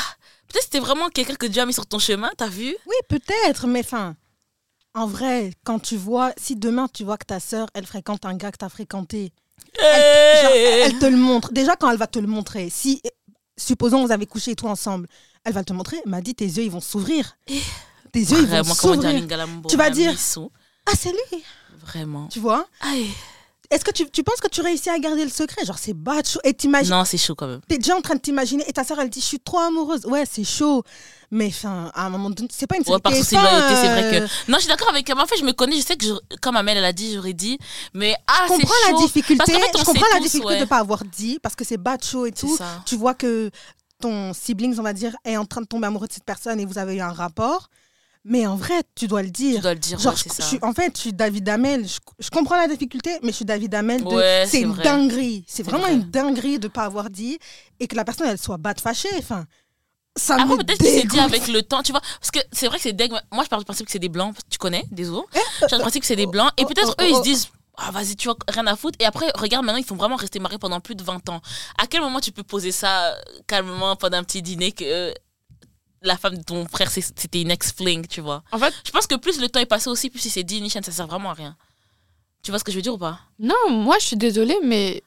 S1: peut-être c'était vraiment quelqu'un que Dieu a mis sur ton chemin, t'as vu
S3: Oui, peut-être, mais enfin, en vrai, quand tu vois, si demain tu vois que ta sœur, elle fréquente un gars que t'as fréquenté, genre,
S1: Eh,
S3: elle te le montre. Déjà, quand elle va te le montrer, si, supposons, vous avez couché et tout ensemble, elle va te le montrer, elle m'a dit, tes yeux, ils vont s'ouvrir. Tes yeux, ils vont
S1: Eh, Vraiment, comment dire,
S3: s'ouvrir.
S1: Lingala Mambo,
S3: Tu vas
S1: Madame
S3: dire-
S1: Missou.
S3: Ah, c'est lui,
S1: Vraiment.
S3: tu vois.
S1: Aïe.
S3: Est-ce que tu, tu penses que tu réussis à garder le secret Genre, c'est bad chaud. Et t'imagines,
S1: Non, c'est chaud quand même.
S3: t'es déjà en train de t'imaginer, et ta sœur, elle dit, je suis trop amoureuse. Ouais, c'est chaud. Mais enfin, à un moment donné, c'est pas une
S1: Ouais, par
S3: série
S1: souci de
S3: TF1,
S1: loyauté, c'est vrai
S3: euh,
S1: que. Non, je suis d'accord avec elle. En fait, je me connais, je sais que, je- comme Amel, elle a dit, j'aurais dit. Mais ah,
S3: Je
S1: c'est
S3: comprends la
S1: chaud.
S3: difficulté,
S1: Parce qu'en fait, on
S3: je
S1: sait
S3: comprends la
S1: tous,
S3: difficulté
S1: ouais.
S3: de ne pas avoir dit, parce que c'est bad show et
S1: C'est
S3: tout.
S1: ça.
S3: Tu vois que ton siblings, on va dire, est en train de tomber amoureux de cette personne et vous avez eu un rapport. Mais en vrai, tu dois le
S1: Tu
S3: dire.
S1: dois le dire,
S3: Genre,
S1: ouais,
S3: je,
S1: c'est ça.
S3: je suis, en fait, je suis David Hamel. Je, je comprends la difficulté, mais je suis David Hamel. de-
S1: Ouais, c'est
S3: c'est une
S1: vrai.
S3: dinguerie. C'est
S1: C'est
S3: vraiment
S1: vrai.
S3: une dinguerie de ne pas avoir dit et que la personne, elle soit bad fâchée. Enfin, ça
S1: Après,
S3: me
S1: peut-être qu'il s'est dit
S3: dégoûte.
S1: avec le temps, tu vois. Parce que c'est vrai que c'est dingue. Moi, je pars du principe que c'est des blancs. Tu connais, des os.
S3: Eh,
S1: Je pars du principe que c'est des blancs. Et
S3: oh,
S1: peut-être
S3: oh,
S1: eux, ils
S3: oh.
S1: se disent. Ah, vas-y, tu vois, rien à foutre. Et après, regarde, maintenant, ils font vraiment rester mariés pendant plus de 20 ans. À quel moment tu peux poser ça euh, calmement pendant un petit dîner que euh, la femme de ton frère, c'est- c'était une ex-fling, tu vois
S2: En fait,
S1: Je pense que plus le temps est passé aussi, plus il s'est dit, Nishan, ça sert vraiment à rien. Tu vois ce que je veux dire ou pas
S2: non, moi, je suis désolée, mais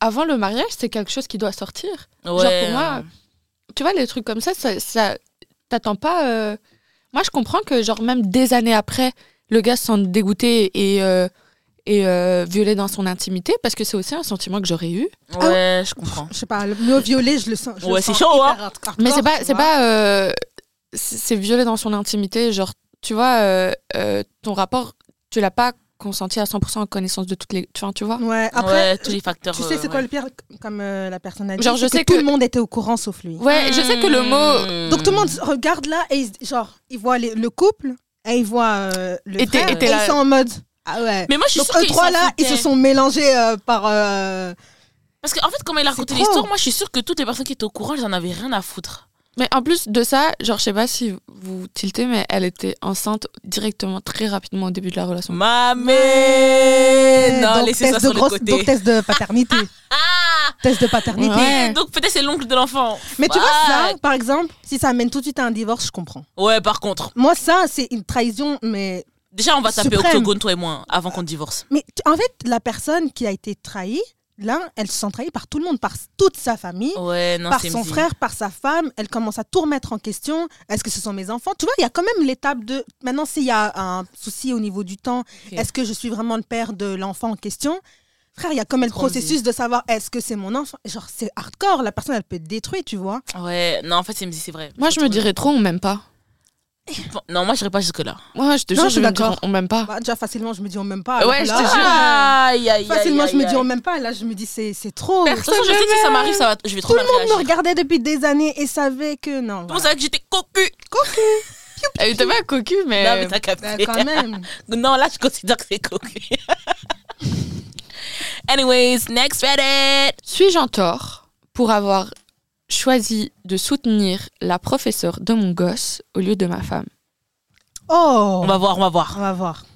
S2: avant le mariage, c'est quelque chose qui doit sortir. pour moi,
S1: euh,
S2: Tu vois, les trucs comme ça, ça, ça- t'attends pas. euh, Moi, je comprends que, genre, même des années après, le gars se sent dégoûté et, euh, et euh, violé dans son intimité, parce que c'est aussi un sentiment que j'aurais eu.
S3: Ah
S1: ouais, je comprends.
S3: Je sais pas, le mot violet, je le sens. je le
S1: Ouais, c'est
S3: sens
S1: chaud,
S3: hyper
S1: hein.
S3: hardcore,
S2: Mais c'est pas,
S3: tu
S2: c'est
S3: vois.
S2: pas, euh, c'est c'est violé dans son intimité. Genre, tu vois, euh, euh, ton rapport, tu l'as pas consenti à 100% en connaissance de toutes les, enfin, tu vois.
S3: Ouais, après,
S1: ouais, tous les facteurs.
S3: Tu sais,
S1: euh,
S3: c'est quoi
S1: ouais.
S3: le pire Comme euh, la personne a dit,
S2: Genre,
S3: c'est
S2: je sais
S3: tout
S2: que-
S3: le monde était au courant sauf lui.
S2: Ouais, je sais que le mot
S1: Hmm.
S3: Donc tout le monde regarde là et ils, se- genre, ils voient les- le couple et ils voient euh, le
S2: Et t'es-
S3: frère
S2: et t'es
S3: et
S2: là-
S3: ils sont en mode ah ouais.
S1: Mais moi, je suis
S3: Donc
S1: sûre
S3: eux
S1: qu'ils
S3: trois
S1: s'en
S3: là, ils se
S1: foutaient.
S3: sont mélangés euh, par. euh,
S1: Parce qu'en fait, comment il a
S3: C'est
S1: raconté
S3: trop.
S1: l'histoire, moi, je suis sûre que toutes les personnes qui étaient au courant, elles en avaient rien à foutre.
S2: Mais en plus de ça, genre, je sais pas si vous tiltez, mais elle était enceinte directement, très rapidement au début de la relation.
S1: Ma
S3: eh,
S1: mère Non,
S3: donc,
S1: laissez ça
S3: test de
S1: sur le
S3: grosse- donc
S1: côté.
S3: test
S1: [laughs]
S3: de paternité. test de paternité.
S2: Ouais.
S1: Donc peut-être c'est l'oncle de l'enfant.
S3: Mais tu vois ça,
S1: Ouais.
S3: par exemple, si ça amène tout de suite à un divorce, je comprends.
S1: Ouais, par contre.
S3: Moi ça, c'est une trahison, mais
S1: Déjà, on va taper
S3: Suprême.
S1: Octogone, toi et moi, avant qu'on divorce.
S3: Mais tu- en fait, la personne qui a été trahie, là, elle se sent trahie par tout le monde, par toute sa famille,
S1: Ouais, non,
S3: par
S1: c'est
S3: son
S1: mzi.
S3: frère, par sa femme. Elle commence à tout remettre en question. Est-ce que ce sont mes enfants Tu vois, il y a quand même l'étape de. Maintenant, s'il y a un souci au niveau du temps,
S1: Ok.
S3: est-ce que je suis vraiment le père de l'enfant en question Frère, il y a quand même le
S1: Trop mzi.
S3: processus de savoir est-ce que c'est mon enfant. Genre, c'est hardcore. La personne, elle peut être détruite, tu vois.
S1: Ouais, non, en fait, c'est mzi, c'est vrai.
S2: Moi, je me dirais trop, on m'aime pas.
S1: Non, moi, je n'irai pas jusque-là.
S2: Moi, je te
S3: Non,
S2: jure,
S3: je
S2: je
S3: suis
S2: me
S3: d'accord.
S2: dirais, on m'aime
S1: Ah.
S2: pas.
S3: Bah, déjà, facilement, je me dis, on m'aime pas. alors
S2: Ouais, je
S3: là- ah,
S2: te jure.
S1: Aïe, aïe, aïe,
S3: Facilement, je me
S1: aïe,
S3: dis,
S1: aïe.
S3: on m'aime pas. Là, je me dis, c'est c'est trop.
S1: De toute façon, je sais que si ça m'arrive, ça va, je vais trop
S3: Tout
S1: mal
S3: le monde me
S1: réagir.
S3: regardait depuis des années et savait que non.
S1: Pour
S3: voilà.
S1: ça que j'étais cocu.
S2: Elle était pas cocu, mais.
S1: Non, mais t'as
S3: Bah,
S1: capté.
S3: quand même.
S1: Non, là, je considère que c'est cocu.
S3: [laughs]
S1: Anyways, next Reddit.
S2: Suis-je en tort pour avoir choisi de soutenir la professeure de mon gosse au lieu de ma femme
S3: Oh
S1: On va voir, on va voir.
S3: On va voir.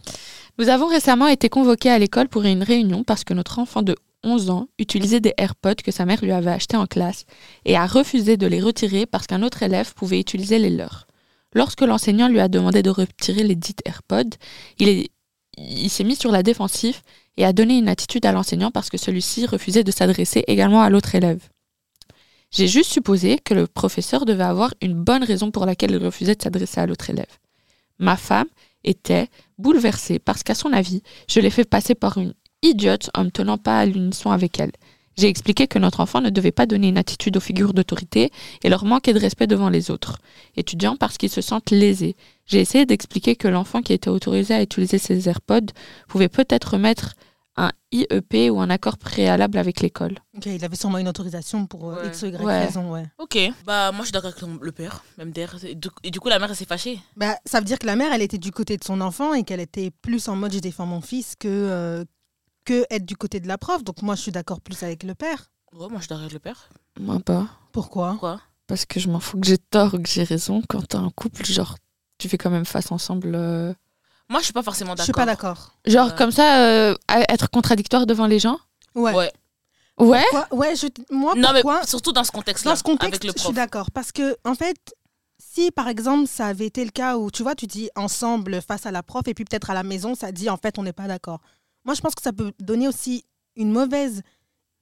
S2: Nous avons récemment été convoqués à l'école pour une réunion parce que notre enfant de 11 ans utilisait des AirPods que sa mère lui avait achetés en classe et a refusé de les retirer parce qu'un autre élève pouvait utiliser les leurs. Lorsque l'enseignant lui a demandé de retirer les dites AirPods, il, est- il s'est mis sur la défensive et a donné une attitude à l'enseignant parce que celui-ci refusait de s'adresser également à l'autre élève. J'ai juste supposé que le professeur devait avoir une bonne raison pour laquelle il refusait de s'adresser à l'autre élève. Ma femme était bouleversée parce qu'à son avis, je l'ai fait passer par une idiote en me tenant pas à l'unisson avec elle. J'ai expliqué que notre enfant ne devait pas donner une attitude aux figures d'autorité et leur manquer de respect devant les autres étudiants parce qu'ils se sentent lésés. J'ai essayé d'expliquer que l'enfant qui était autorisé à utiliser ses AirPods pouvait peut-être remettre un IEP ou un accord préalable avec l'école.
S3: Ok, il avait sûrement une autorisation pour euh,
S1: Ouais.
S3: X ou Y
S2: Ouais.
S3: raison, ouais.
S1: Ok. Bah, moi, je suis d'accord avec le- le père, même d'air. Et du et du coup, la mère, elle s'est fâchée.
S3: Bah, ça veut dire que la mère, elle était du côté de son enfant et qu'elle était plus en mode je défends mon fils que, euh, que être du côté de la prof. Donc moi, je suis d'accord plus avec le père.
S1: Ouais, moi, je suis d'accord avec le père.
S2: Moi pas.
S3: Pourquoi
S1: Pourquoi
S2: parce que je m'en fous que j'ai tort ou que j'ai raison. Quand t'as un couple, genre, tu fais quand même face ensemble. euh,
S1: Moi, je suis pas forcément
S3: Je
S1: d'accord.
S3: suis pas d'accord.
S2: Genre,
S1: Euh.
S2: comme ça, euh, à- être contradictoire devant les gens
S3: Ouais.
S1: Ouais.
S2: Ouais.
S3: Quoi- ouais, je, moi,
S1: Non, mais
S3: pourquoi
S1: surtout dans ce contexte-là.
S3: Dans ce
S1: avec
S3: contexte,
S1: le
S3: je suis
S1: prof.
S3: d'accord. Parce que, en fait, si par exemple, ça avait été le cas où, tu vois, tu dis ensemble face à la prof et puis peut-être à la maison, ça dit en fait, on n'est pas d'accord. Moi, je pense que ça peut donner aussi une mauvaise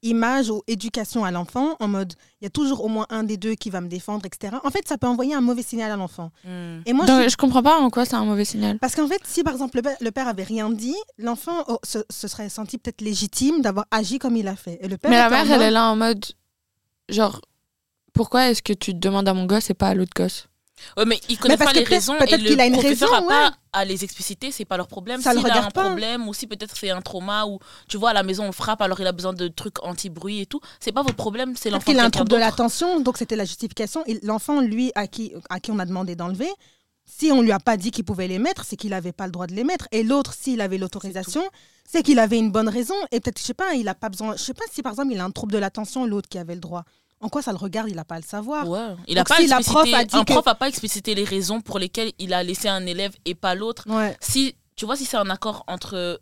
S3: image ou éducation à l'enfant en mode, il y a toujours au moins un des deux qui va me défendre, etc. En fait, ça peut envoyer un mauvais signal à l'enfant.
S1: Hmm.
S3: Et moi, je
S2: Donc,
S3: suis
S2: je comprends pas en quoi c'est un mauvais signal.
S3: parce qu'en fait, si par exemple le père, le père avait rien dit, l'enfant oh, se, se serait senti peut-être légitime d'avoir agi comme il a fait. Et le père
S2: Mais la
S3: était en
S2: mère, elle
S3: mode-
S2: est là en mode, genre, pourquoi est-ce que tu demandes à mon gosse et pas à l'autre gosse
S1: Ouais, mais il connaît
S3: parce
S1: pas
S3: que
S1: les
S3: peut-être-
S1: raisons et
S3: peut-être
S1: le
S3: qu'il a une
S1: professeur
S3: raison,
S1: a pas à les expliciter, c'est pas leur problème.
S3: Ça le
S1: S'il a
S3: regarde
S1: un
S3: pas.
S1: problème ou si peut-être c'est un trauma ou tu vois à la maison on le frappe alors il a besoin de trucs anti-bruit et tout, c'est pas votre problème, c'est
S3: Peut-être
S1: l'enfant.
S3: qu'il a un
S1: quelqu'un
S3: trouble de
S1: d'autre.
S3: l'attention, donc c'était la justification. Et L'enfant, lui, à qui, à qui on a demandé d'enlever, si on lui a pas dit qu'il pouvait les mettre, c'est qu'il n'avait pas le droit de les mettre. Et l'autre, s'il avait l'autorisation, c'est qu'il avait une bonne raison. Et peut-être, je sais pas, il a pas besoin. Je sais pas si par exemple il a un trouble de l'attention, l'autre qui avait le droit. En quoi ça le regarde Il n'a pas à le savoir.
S1: Ouais. Il a
S3: Donc
S1: pas
S3: si la
S1: explicité,
S3: prof a dit
S1: un
S3: que-
S1: prof a pas explicité les raisons pour lesquelles il a laissé un élève et pas l'autre.
S3: Ouais.
S1: Si tu vois si c'est un accord entre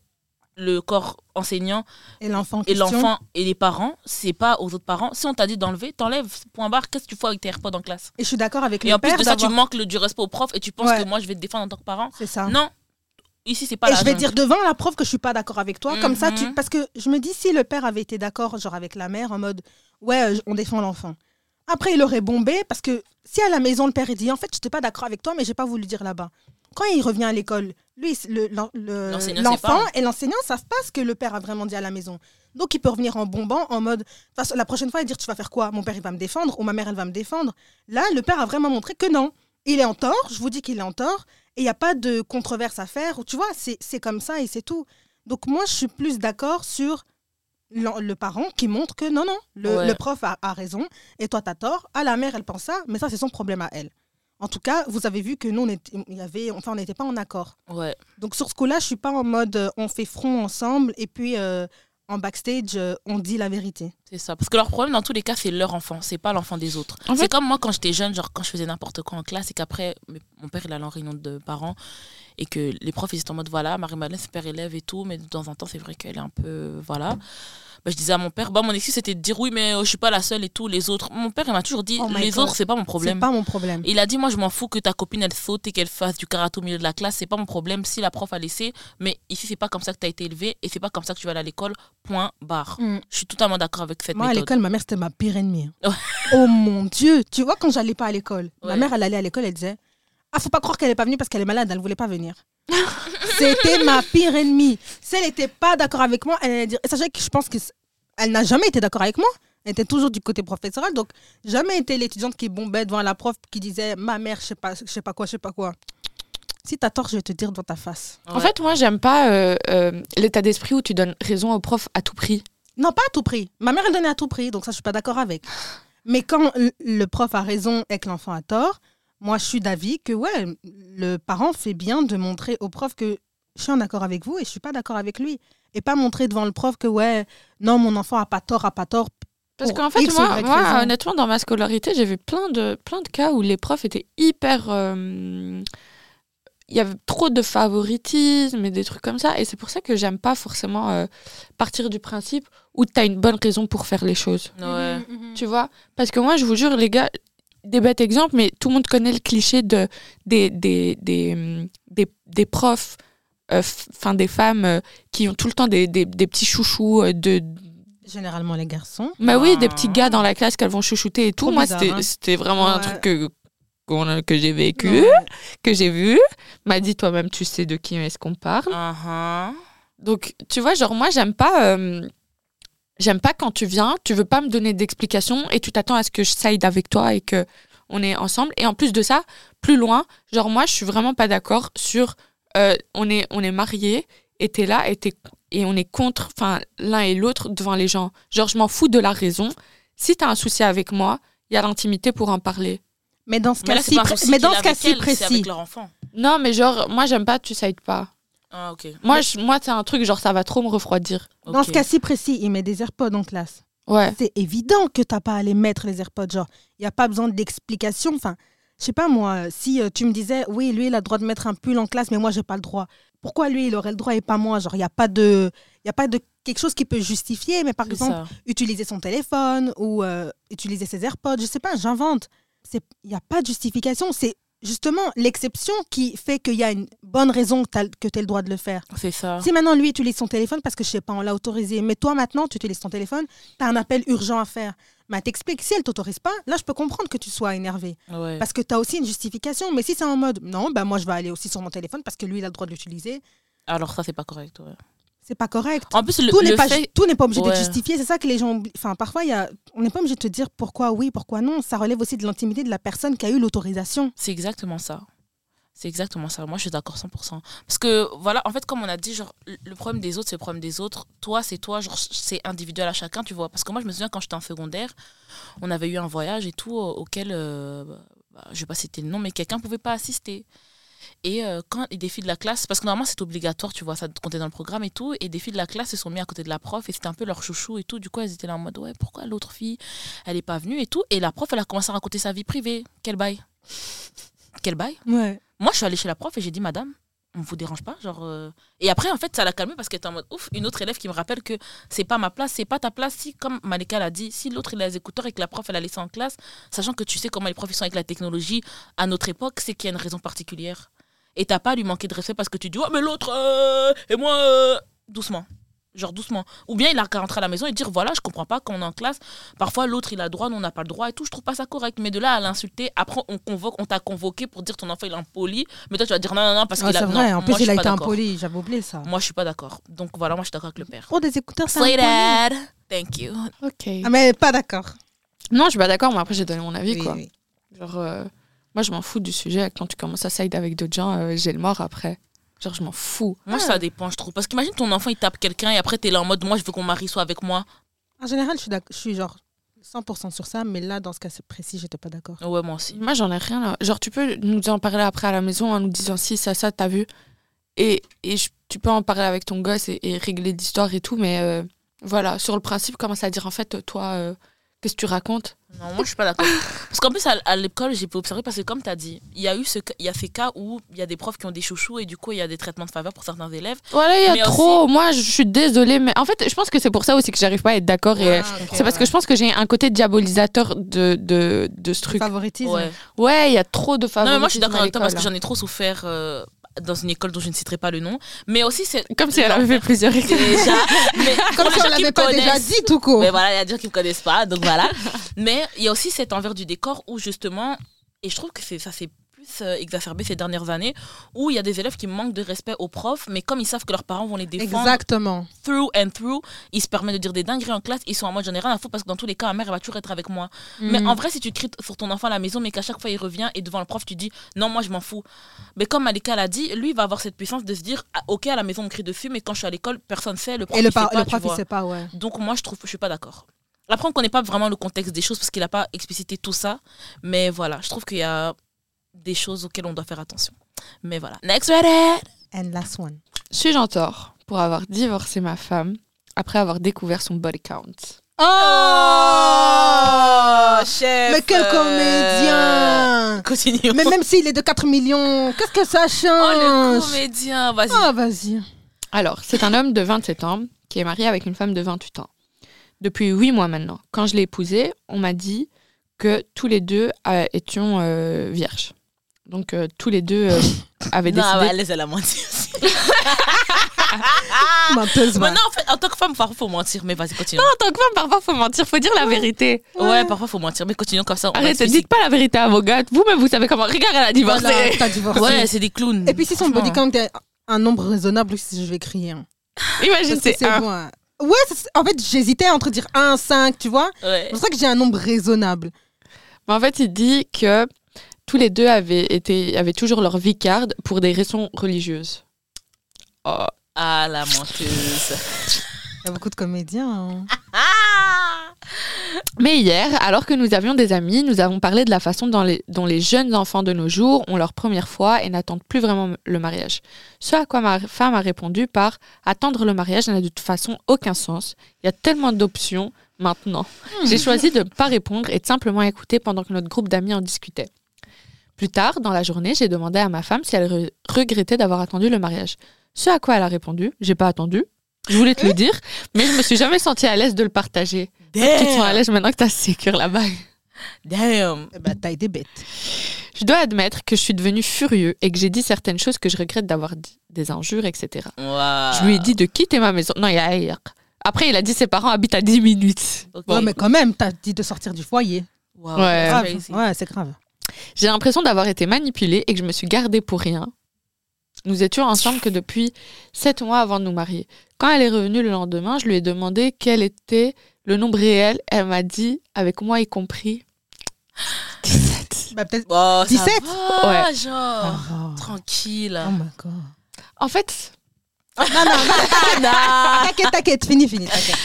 S1: le corps enseignant
S3: Et l'enfant. en
S1: et
S3: question-
S1: l'enfant et les parents, c'est pas aux autres parents. Si on t'a dit d'enlever, t'enlèves. Point barre. Qu'est-ce que tu fais avec tes AirPods en classe
S3: Et je suis d'accord avec
S1: Et
S3: le
S1: en plus
S3: père.
S1: de ça, tu
S3: d'avoir-
S1: manques le- du respect au prof et tu penses
S3: Ouais.
S1: que moi je vais te défendre en tant que parent.
S3: C'est ça.
S1: Non, ici c'est pas
S3: Et
S1: la
S3: je vais
S1: jungle.
S3: dire devant la prof que je suis pas d'accord avec toi. Comme ça, tu...
S1: Mhm.
S3: parce que je me dis si le père avait été d'accord, genre avec la mère, en mode ouais, euh, on défend l'enfant. Après, il aurait bombé parce que si à la maison le père il dit en fait, je n'étais pas d'accord avec toi, mais j'ai pas voulu dire là-bas. Quand il revient à l'école, lui, le- l'en- le-
S1: L'enseignant sait
S3: l'enfant
S1: pas. hein.
S3: et l'enseignant savent pas ce que le père a vraiment dit à la maison. Donc il peut revenir en bombant en mode de toute façon, la prochaine fois il dire tu vas faire quoi Mon père il va me défendre ou ma mère elle va me défendre. Là, le père a vraiment montré que non. Il est en tort, je vous dis qu'il est en tort, et il n'y a pas de controverse à faire. ou Tu vois, c'est c'est comme ça et c'est tout. Donc moi, je suis plus d'accord sur l'en- le parent qui montre que non, non, le,
S1: Ouais.
S3: le prof a, a raison et toi, t'as tort. Ah, la mère, elle pense ça, mais ça, c'est son problème à elle. En tout cas, vous avez vu que nous, on était- il y avait, enfin, on n'était pas en accord.
S1: Ouais.
S3: Donc sur ce coup-là, je suis pas en mode euh, on fait front ensemble et puis euh, en backstage, euh, on dit la vérité.
S1: C'est ça. Parce que leur problème, dans tous les cas, c'est leur enfant, c'est pas l'enfant des autres.
S2: En fait-
S1: C'est comme moi quand j'étais jeune, genre quand je faisais n'importe quoi en classe et qu'après, mes- mon père il allait en réunion de parents et que les profs ils étaient en mode voilà, Marie-Madeleine, super élève et tout, mais de temps en temps, c'est vrai qu'elle est un peu. Voilà. Bah, je disais à mon père, bah, mon excuse c'était de dire oui, mais euh, je suis pas la seule et tout, les autres. Mon père il m'a toujours dit
S3: Oh my
S1: les
S3: God.
S1: autres, c'est pas mon
S3: C'est
S1: problème.
S3: pas mon problème.
S1: Il a dit Moi, je m'en fous que ta copine, elle saute et qu'elle fasse du karaté au milieu de la classe. C'est pas mon problème si la prof a laissé. Mais ici, c'est pas comme ça que t'as été élevé et c'est pas comme ça que tu vas aller à l'école. Point barre.
S3: Mm.
S1: Je suis totalement d'accord avec cette
S3: Moi, à
S1: méthode.
S3: l'école, ma mère, c'était ma pire ennemie.
S1: Ouais.
S3: oh mon Dieu Tu vois, quand j'allais pas à l'école, ma
S1: Ouais.
S3: mère, elle allait à l'école, elle disait Ah, faut pas croire qu'elle est pas venue parce qu'elle est malade, elle voulait
S1: [laughs]
S3: pas venir. c'était ma pire ennemie. Si elle était pas d'accord avec moi, elle allait dire. Et sachez que je pense que c- elle n'a jamais été d'accord avec moi. Elle était toujours du côté professoral, donc jamais été l'étudiante qui bombait devant la prof qui disait ma mère, je sais pas, je sais pas quoi, je sais pas quoi. Si t'as tort, je vais te dire dans ta face.
S2: En
S1: Ouais.
S2: fait, moi, j'aime pas euh, euh, l'état d'esprit où tu donnes raison au prof à tout prix.
S3: Non, pas à tout prix. Ma mère, elle donnait à tout prix, donc ça, je suis pas d'accord avec. Mais quand l- le prof a raison et que l'enfant a tort, moi, je suis d'avis que ouais, le parent fait bien de montrer au prof que je suis en accord avec vous et je suis pas d'accord avec lui. Et pas montrer devant le prof que ouais, non, mon enfant a pas tort, a pas tort.
S2: Parce
S3: Pour
S2: qu'en fait,
S3: X ou
S2: moi,
S3: Y
S2: moi,
S3: raison.
S2: honnêtement, dans ma scolarité, j'ai vu plein de, plein de cas où les profs étaient hyper. euh, Il y avait trop de favoritisme et des trucs comme ça. Et c'est pour ça que j'aime pas forcément euh, partir du principe où tu as une bonne raison pour faire les choses.
S1: Ouais.
S3: Mm.
S2: Tu vois Parce que moi, je vous jure, les gars, des bêtes exemples, mais tout le monde connaît le cliché de, des, des, des, hum, des, des profs, euh, enfin des femmes euh, qui ont tout le temps des, des, des petits chouchous euh, de.
S3: Généralement, les garçons.
S2: Bah oui, des
S1: Ah.
S2: petits gars dans la classe qu'elles vont chouchouter et tout.
S3: Trop
S2: Moi,
S3: bizarre,
S2: c'était
S3: hein.
S2: c'était vraiment un
S3: Ouais.
S2: truc que, qu'on a- que j'ai vécu,
S3: Ouais.
S2: que j'ai vu. M'a dit toi-même, tu sais de qui est-ce qu'on
S3: Mm.
S2: parle.
S1: Ah, ah.
S2: Donc, tu vois, genre, moi, j'aime pas. euh, J'aime pas quand tu viens, tu veux pas me donner d'explications et tu t'attends à ce que je side avec toi et que on est ensemble. Et en plus de ça, plus loin, genre moi je suis vraiment pas d'accord sur euh, on est on est mariés et t'es là et t'es et on est contre enfin l'un et l'autre devant les gens. Genre je m'en fous de la raison. Si t'as un souci avec moi, il y a l'intimité pour en parler.
S3: Mais dans ce
S1: Mais là, c'est
S3: cas-ci,
S1: pas un
S3: pré-
S1: souci
S3: mais dans
S1: qu'il
S3: ce
S1: a avec
S3: cas-ci
S1: elle, C'est
S3: précis,
S1: avec leur enfant.
S2: Non mais genre moi j'aime pas tu sides pas.
S1: Ah, ok.
S2: Moi je, moi c'est un truc genre ça va trop me refroidir.
S3: dans
S1: Ok.
S3: ce cas-ci précis, il met des AirPods en classe.
S2: Ouais.
S3: C'est évident que t'as pas à les mettre les AirPods. Genre, il n'y a pas besoin d'explication. Enfin, je sais pas moi, si euh, tu me disais, oui, lui, il a le droit de mettre un pull en classe, mais moi, j'ai pas le droit. Pourquoi lui, il aurait le droit et pas moi Genre, il n'y a pas de. Il a pas de quelque chose qui peut justifier, mais par
S1: C'est
S3: exemple,
S1: ça.
S3: utiliser son téléphone ou euh, utiliser ses AirPods, je sais pas, j'invente. Il n'y a pas de justification. C'est justement l'exception qui fait qu'il y a une bonne raison que tu as le droit de le faire.
S1: C'est ça.
S3: Si maintenant lui utilise son téléphone parce que je sais pas, on l'a autorisé, mais toi maintenant tu utilises ton téléphone, tu as un appel urgent à faire. Mais elle t'explique, si elle t'autorise pas, là je peux comprendre que tu sois énervé.
S1: Ouais.
S3: Parce que tu as aussi une justification. Mais si c'est en mode, non, bah moi je vais aller aussi sur mon téléphone parce que lui il a le droit de l'utiliser,
S1: Alors ça, c'est pas correct. ouais.
S3: c'est pas correct.
S1: En plus, le,
S3: Tout n'est
S1: le
S3: pas,
S1: fait...
S3: tout n'est pas obligé
S1: Ouais.
S3: d'être justifié. C'est ça que les gens oublient. Enfin, parfois, il y a... on n'est pas obligé de te dire pourquoi oui, pourquoi non. Ça relève aussi de l'intimité de la personne qui a eu l'autorisation.
S1: C'est exactement ça. C'est exactement ça. Moi, je suis d'accord 100%. Parce que, voilà, en fait, comme on a dit, genre, le le problème des autres, c'est le problème des autres. Toi, c'est toi. Genre, c'est individuel à chacun, tu vois. Parce que moi, je me souviens, quand j'étais en secondaire, on avait eu un voyage et tout, euh, auquel, euh, bah, je sais pas si c'était le nom, mais quelqu'un pouvait pas assister. Et euh, quand les défis de la classe, parce que normalement, c'est obligatoire, tu vois, ça comptait dans le programme et tout. Et des filles de la classe se sont mis à côté de la prof et c'était un peu leur chouchou et tout. Du coup, elles étaient là en mode, ouais, pourquoi l'autre fille, elle est pas venue et tout. Et la prof, elle a commencé à raconter sa vie privée. Quel bail Quel bail
S3: Ouais.
S1: moi, je suis allée chez la prof et j'ai dit, madame, on vous dérange pas genre euh. Et après, en fait, ça l'a calmée parce qu'elle était en mode, ouf, une autre élève qui me rappelle que c'est pas ma place, c'est pas ta place. Si, comme Malika l'a dit, si l'autre il a les écouteurs et que la prof elle a laissé en classe, sachant que tu sais comment les profs ils sont avec la technologie à notre époque, c'est qu'il y a une raison particulière. Et t'as pas à lui manquer de respect parce que tu dis, ouais, mais l'autre, euh, et moi, euh, doucement. Genre doucement. Ou bien il a qu'à rentrer à la maison et dire voilà, je comprends pas quand on est en classe. Parfois l'autre il a droit, nous on n'a pas le droit et tout. Je trouve pas ça correct. Mais de là à l'insulter, après on convoque, on t'a convoqué pour dire ton enfant il est impoli. Mais toi tu vas dire non, non, non, parce
S3: Ouais,
S1: qu'il a.
S3: c'est
S1: non,
S3: vrai. En
S1: moi,
S3: plus,
S1: je
S3: il
S1: suis
S3: a
S1: pas
S3: été
S1: d'accord.
S3: impoli. J'avais oublié ça.
S1: Moi je suis pas d'accord. Donc voilà, moi je suis d'accord avec le père.
S3: Oh, des écouteurs, c'est
S1: Say
S3: impoli.
S1: that. Thank you.
S2: Ok.
S3: Ah, mais pas d'accord.
S2: Non, je suis pas d'accord, mais après, j'ai donné mon avis,
S3: Oui,
S2: quoi.
S3: oui.
S2: Genre, euh, moi, je m'en fous du sujet. Quand tu commences à side avec d'autres gens, euh, j'ai le mort après. Genre, je m'en fous.
S1: Moi ça dépend, je trouve. Parce qu'imagine ton enfant il tape quelqu'un et après t'es là en mode moi je veux qu'on mari soit avec moi.
S3: En général, je suis, d'ac- je suis genre 100% sur ça, mais là, dans ce cas précis, j'étais pas d'accord.
S1: Ouais, moi aussi.
S2: Moi, j'en ai rien. à- Genre, tu peux nous en parler après à la maison en nous disant si, ça, ça, t'as vu. Et, et je- tu peux en parler avec ton gosse et, et régler l'histoire et tout, mais euh, voilà, sur le principe, commence à dire en fait, toi, euh, qu'est-ce que tu racontes
S1: Non, moi, je suis pas d'accord. Parce qu'en plus, à, à l'école, j'ai pu observer, parce que comme tu as dit, il y a eu ce, ca- il y a ces cas où il y a des profs qui ont des chouchous et du coup, il y a des traitements de faveur pour certains élèves.
S2: Voilà, il y a
S1: Mais
S2: trop. Moi, je suis désolée, mais en fait, je pense que c'est pour ça aussi que j'arrive pas à être d'accord. et C'est parce que je pense que j'ai un côté diabolisateur de, de, de ce truc.
S3: Favoritisme.
S1: Ouais.
S2: Ouais, il y a trop de
S1: Non,
S2: favoritisme.
S1: mais moi, je suis d'accord
S2: à
S1: avec toi parce que
S2: l'école,
S1: j'en ai trop souffert euh, dans une école dont je ne citerai pas le nom. Mais aussi, [laughs] c'est
S2: hein. Comme si elle avait fait plusieurs
S1: déjà. mais
S3: Comme
S1: pour les gens
S3: si on
S1: qui me
S3: l'avait pas déjà
S1: connaissent,
S3: dit, tout court.
S1: Mais voilà, il y a des gens qui ne me connaissent pas, donc voilà. [laughs] Mais il y a aussi cet envers du décor où justement, et je trouve que c'est- ça s'est plus euh, exacerbé ces dernières années, où il y a des élèves qui manquent de respect aux profs, mais comme ils savent que leurs parents vont les défendre,
S3: Exactement.
S1: through and through, ils se permettent de dire des dingueries en classe, ils sont en mode j'en ai rien à foutre parce que dans tous les cas, ma mère elle va toujours être avec moi. Mais
S3: Mm.
S1: en vrai, si tu cries t- sur ton enfant à la maison, mais qu'à chaque fois il revient et devant le prof tu dis non, moi je m'en fous. Mais comme Malika l'a dit, lui il va avoir cette puissance de se dire Ah, ok, à la maison on crie dessus, mais quand je suis à l'école, personne sait, le prof
S3: Et le,
S1: il sait
S3: par-
S1: pas,
S3: le
S1: tu
S3: prof, il
S1: vois.
S3: sait pas, ouais.
S1: Donc moi je trouve, je suis pas d'accord. Après, on connaît pas vraiment le contexte des choses parce qu'il a pas explicité tout ça, mais voilà, je trouve qu'il y a des choses auxquelles on doit faire attention. Mais voilà. Next Reddit!
S3: And last one.
S2: Suis-je en tort pour avoir divorcé ma femme après avoir découvert son body count
S3: Oh
S1: chef!
S3: Mais quel comédien
S1: Continuons.
S3: Mais même s'il est de 4 millions, qu'est-ce que ça
S1: euh, Oh, le
S3: change
S1: comédien, vas-y.
S3: Ah, vas-y.
S2: Alors, c'est un homme de 27 ans qui est marié avec une femme de 28 ans. Depuis 8 mois maintenant. Quand je l'ai épousé, on m'a dit que tous les deux euh, étions euh, vierges. Donc, euh, tous les deux euh,
S1: [laughs]
S2: avaient
S1: non,
S2: décidé...
S1: bah, laisse elle a menti aussi. Ah,
S3: Menteuse,
S1: Mais
S3: ouais.
S1: non, en fait, en tant que femme, parfois faut mentir, mais vas-y, continue.
S2: En tant que femme, parfois, faut mentir, faut dire la vérité.
S1: Ouais,
S3: Ouais.
S1: parfois faut mentir, mais continuons comme ça. on va
S2: Arrêtez,
S1: être
S2: dites pas la vérité à vos gars. Vous-même, vous savez comment. Regarde, elle a divorcé.
S3: Voilà, t'as divorcé.
S1: physique. Ouais, c'est des clowns.
S3: Et puis si son
S2: Franchement.
S3: body count est un nombre raisonnable, si je vais crier. hein.
S2: Imagine,
S3: Parce que
S2: c'est
S3: c'est
S2: un.
S3: bon, hein. Ouais, c'est- en fait, j'hésitais entre dire 1, 5, tu vois.
S1: Ouais.
S3: C'est pour ça que j'ai un nombre raisonnable.
S2: Mais en fait, il dit que tous les deux avaient, été, avaient toujours leur vicarde pour des raisons religieuses. Oh.
S1: Ah, la menteuse.
S3: Il y a beaucoup de comédiens. hein.
S1: Ah
S2: Mais hier, alors que nous avions des amis, nous avons parlé de la façon dont les, dont les jeunes enfants de nos jours ont leur première fois et n'attendent plus vraiment le mariage. Ce à quoi ma femme a répondu par Attendre le mariage n'a de toute façon aucun sens. Il y a tellement d'options, maintenant. J'ai choisi de ne pas répondre et de simplement écouter pendant que notre groupe d'amis en discutait. Plus tard, dans la journée, j'ai demandé à ma femme si elle re- regrettait d'avoir attendu le mariage. Ce à quoi elle a répondu J'ai pas attendu. Je voulais te le dire, mais je me suis jamais sentie à l'aise de le partager. Tu te sens à l'aise maintenant que t'as sécure la bague.
S1: Damn.
S3: Eh ben, t'as été bête.
S2: Je dois admettre que je suis devenue furieux et que j'ai dit certaines choses que je regrette d'avoir dit, des injures, etc.
S1: Waouh.
S2: Je lui ai dit de quitter ma maison. Non, il a ailleurs. Après, il a dit ses parents habitent à 10 minutes.
S1: Ok.
S3: Ouais, mais quand même, t'as dit de sortir du foyer.
S1: Wow,
S2: Ouais.
S1: that's
S3: Grave.
S1: crazy.
S3: Ouais, c'est grave.
S2: J'ai l'impression d'avoir été manipulée et que je me suis gardée pour rien. Nous étions ensemble que depuis sept mois avant de nous marier. Quand elle est revenue le lendemain, je lui ai demandé quel était le nombre réel. Elle m'a dit, avec moi y compris, 17.
S3: Bah, peut-être.
S1: Wow, ça
S3: 17?
S1: va,
S2: Ah,
S1: genre.
S3: Oh.
S1: Tranquille.
S3: Oh my god.
S2: En fait,
S3: [laughs]
S1: Anna.
S3: Ah, T'inquiète, t'inquiète, fini, fini, t'inquiète.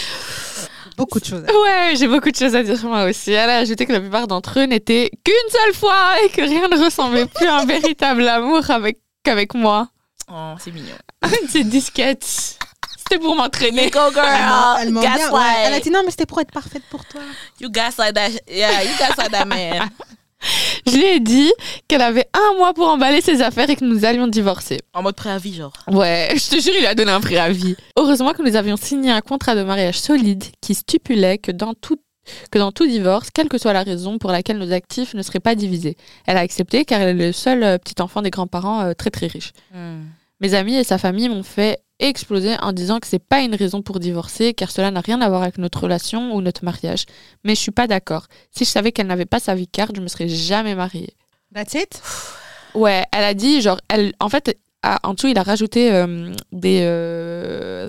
S3: Beaucoup de choses.
S2: Ah. ouais, j'ai beaucoup de choses à dire moi aussi. Elle a ajouté que la plupart d'entre eux n'étaient qu'une seule fois et que rien ne ressemblait plus à un véritable amour avec, qu'avec moi.
S1: Oh, c'est mignon.
S2: Ces disquettes, c'était pour m'entraîner.
S1: Go
S2: ah,
S1: girl.
S3: Elle ment bien,
S1: gaslight.
S3: ouais. Elle a dit non, mais c'était pour être parfaite pour toi.
S1: You gaslight that. Yeah, you gaslight that man.
S2: Je lui ai dit qu'elle avait un mois pour emballer ses affaires et que nous allions divorcer.
S1: En mode préavis, genre.
S2: Ouais, je te jure, il lui a donné un préavis. Heureusement que nous avions signé un contrat de mariage solide qui stipulait que dans tout que dans tout divorce, quelle que soit la raison pour laquelle nos actifs ne seraient pas divisés. Elle a accepté car elle est le seul euh, petit enfant des grands-parents euh, très très riches. Mes amis et sa famille m'ont fait exploser en disant que c'est pas une raison pour divorcer car cela n'a rien à voir avec notre relation ou notre mariage. Mais je suis pas d'accord. Si je savais qu'elle n'avait pas sa vie carte, je me serais jamais mariée.
S3: That's it.
S2: Ouais, elle a dit, genre, elle, en fait, à- en dessous, il a rajouté euh, des. euh,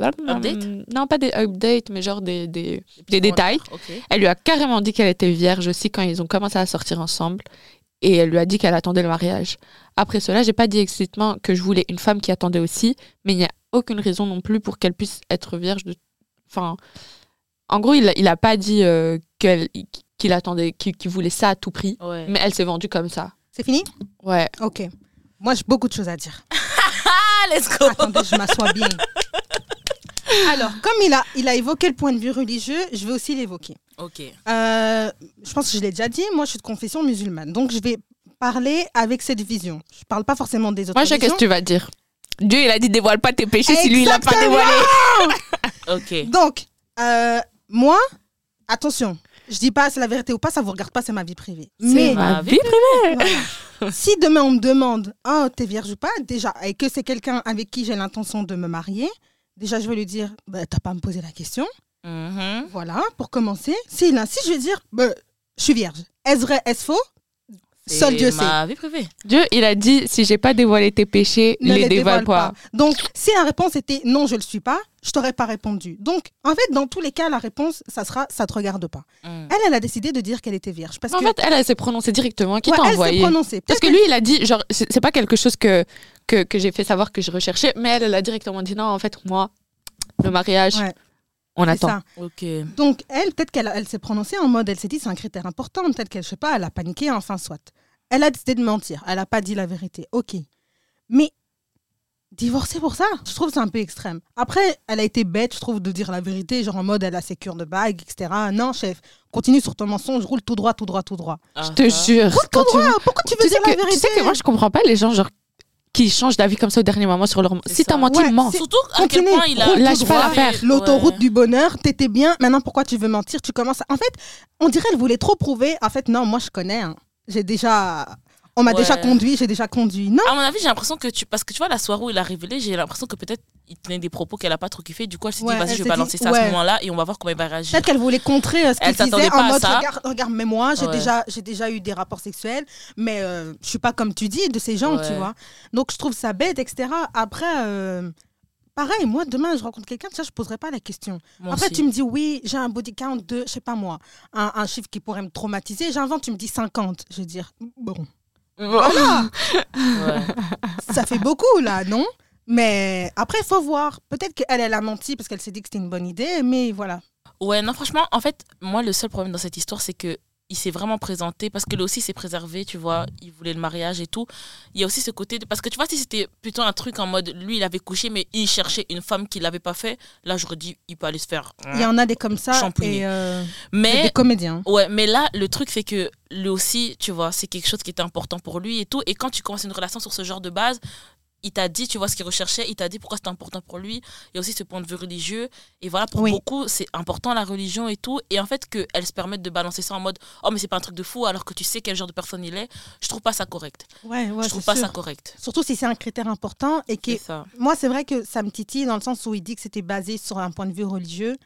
S1: Updates
S2: Non, pas des updates, mais genre des, des, des détails.
S1: Ok.
S2: Elle lui a carrément dit qu'elle était vierge aussi quand ils ont commencé à sortir ensemble. Et elle lui a dit qu'elle attendait le mariage. Après cela, j'ai pas dit explicitement que je voulais une femme qui attendait aussi, mais il n'y a aucune raison non plus pour qu'elle puisse être vierge. De... Enfin, en gros, il, a- il a pas dit euh, qu'elle- qu'il attendait, qu'il qu'il voulait ça à tout prix,
S1: Ouais.
S2: mais elle s'est vendue comme ça.
S3: C'est fini
S2: Ouais.
S3: Ok. Moi, j'ai beaucoup de choses à dire.
S1: Ah, let's
S3: [laughs]
S1: go.
S3: Attendez, je m'assois bien. Alors, comme il a, il a évoqué le point de vue religieux, je vais aussi l'évoquer.
S1: Ok.
S3: Euh, je pense que je l'ai déjà dit, moi, je suis de confession musulmane. Donc, je vais parler avec cette vision. Je parle pas forcément des autres
S2: Moi, je sais qu'est-ce
S3: religions.
S2: que tu vas dire. Dieu, il a dit dévoile pas tes péchés si lui, il a pas
S3: Exactement.
S2: dévoilé.
S1: Ok.
S3: Donc, euh, moi, attention, je dis pas c'est la vérité ou pas, ça vous regarde pas, c'est ma vie privée. Mais
S1: ma vie
S3: si demain on me demande, oh, t'es vierge ou pas, déjà, et que c'est quelqu'un avec qui j'ai l'intention de me marier, déjà, je vais lui dire, bah, t'as pas à me poser la question.
S1: Mhm.
S3: Voilà, pour commencer. S'il insiste, je vais dire, bah, je suis vierge. Est-ce vrai, est-ce faux Seul
S1: C'est
S3: Dieu sait.
S1: Ma vie privée.
S2: Dieu, il a dit si j'ai pas dévoilé tes péchés,
S3: Ne
S2: les dévoile pas.
S3: Donc, si la réponse était non, je le suis pas, je t'aurais pas répondu. Donc, en fait, dans tous les cas, la réponse, ça sera, ça te regarde pas.
S1: Mm.
S3: Elle, elle a décidé de dire qu'elle était vierge. Parce
S2: En
S3: que
S2: fait, elle, elle s'est prononcée directement. Qui
S3: Ouais,
S2: t'a
S3: elle s'est
S2: envoyé
S3: prononcée.
S2: Parce
S3: Peut-être
S2: que lui, il a dit genre, c'est c'est pas quelque chose que, que, que j'ai fait savoir que je recherchais, mais elle, elle a directement dit non, en fait, moi, le mariage,
S3: Ouais,
S2: on
S3: c'est
S2: attend.
S3: ça.
S1: Ok.
S3: Donc, elle, peut-être qu'elle elle s'est prononcée en mode, elle s'est dit, c'est un critère important. Peut-être qu'elle, je sais pas, elle a paniqué, enfin, soit. Elle a décidé de mentir. Elle n'a pas dit la vérité. OK. Mais divorcer pour ça, je trouve que c'est un peu extrême. Après, elle a été bête, je trouve, de dire la vérité, genre en mode, elle a ses cures de bague, etc. Non, chef, continue sur ton mensonge, roule tout droit, tout droit, tout droit.
S1: Ah,
S2: Je te jure. quand tu,
S3: Ah, pourquoi tu veux
S2: tu sais
S3: dire la
S2: que,
S3: vérité
S2: tu sais que moi, je comprends pas les gens genre qui changent d'avis comme ça au dernier moment sur leur.
S1: C'est
S2: Si
S1: ça.
S2: t'as menti,
S3: Ouais,
S2: mens.
S3: c'est-
S1: Surtout à quel
S3: Continue,
S1: point il a.
S3: roule
S2: Lâche
S3: tout
S2: pas
S3: droit.
S2: l'affaire.
S3: L'autoroute
S1: Ouais.
S3: du bonheur, t'étais bien, maintenant pourquoi tu veux mentir Tu commences. à- En fait, on dirait elle voulait trop prouver. En fait, non, moi je connais. hein. J'ai déjà. On m'a
S1: Ouais.
S3: déjà conduit, j'ai déjà conduit. Non
S1: À mon avis, j'ai l'impression que tu. Parce que tu vois, la soirée où il a révélé, j'ai l'impression que peut-être il tenait des propos qu'elle a pas trop kiffé. Du coup, elle s'est
S3: Ouais,
S1: dit, vas-y,
S3: elle
S1: je
S3: s'est
S1: vais balancer
S3: dit,
S1: ça à
S3: ouais.
S1: ce moment-là et on va voir comment il va réagir.
S3: Peut-être qu'elle voulait contrer euh, ce
S1: Elle
S3: qu'il
S1: s'attendait
S3: disait
S1: pas
S3: en
S1: à
S3: mode
S1: ça.
S3: regarde, regarde, mais moi j'ai
S1: Ouais.
S3: déjà, j'ai déjà eu des rapports sexuels, mais euh, je suis pas comme tu dis de ces gens, tu
S1: Ouais.
S3: vois. Donc je trouve ça bête, etc. Après, euh, pareil, moi demain je rencontre quelqu'un, tiens, je poserai pas la question.
S1: Moi
S3: Après,
S1: aussi.
S3: tu me dis, oui, j'ai un body count de, je sais pas moi, un, un chiffre qui pourrait me traumatiser. J'invente, tu me dis 50. Je veux dire, bon, voilà,
S1: Ouais. [laughs]
S3: ça fait beaucoup là, non Mais après, il faut voir. Peut-être qu'elle, elle a menti parce qu'elle s'est dit que c'était une bonne idée, mais voilà.
S1: Ouais, non, franchement, en fait, moi, le seul problème dans cette histoire, c'est que il s'est vraiment présenté parce que lui aussi s'est préservé, tu vois. Il voulait le mariage et tout. Il y a aussi ce côté. de- Parce que tu vois, si c'était plutôt un truc en mode lui, il avait couché, mais il cherchait une femme qui l'avait pas fait, là, j'aurais dit, il peut aller se faire.
S3: Il y en a des comme ça
S1: Champouillé.
S3: et euh, c'est des
S1: Mais.
S3: comédiens.
S1: Ouais, mais là, le truc, c'est que lui aussi, tu vois, c'est quelque chose qui était important pour lui et tout. Et quand tu commences une relation sur ce genre de base, il t'a dit, tu vois, ce qu'il recherchait, il t'a dit pourquoi c'était important pour lui. Il y a aussi ce point de vue religieux. Et voilà, pour
S3: Oui.
S1: beaucoup, c'est important la religion et tout. Et en fait, qu'elle se permette de balancer ça en mode, oh, mais c'est pas un truc de fou, alors que tu sais quel genre de personne il est, je trouve pas ça correct.
S3: Ouais, ouais,
S1: je trouve pas ça correct.
S3: Surtout si c'est un critère important et que
S1: C'est ça.
S3: moi, c'est vrai que ça me titille dans le sens où il dit que c'était basé sur un point de vue religieux.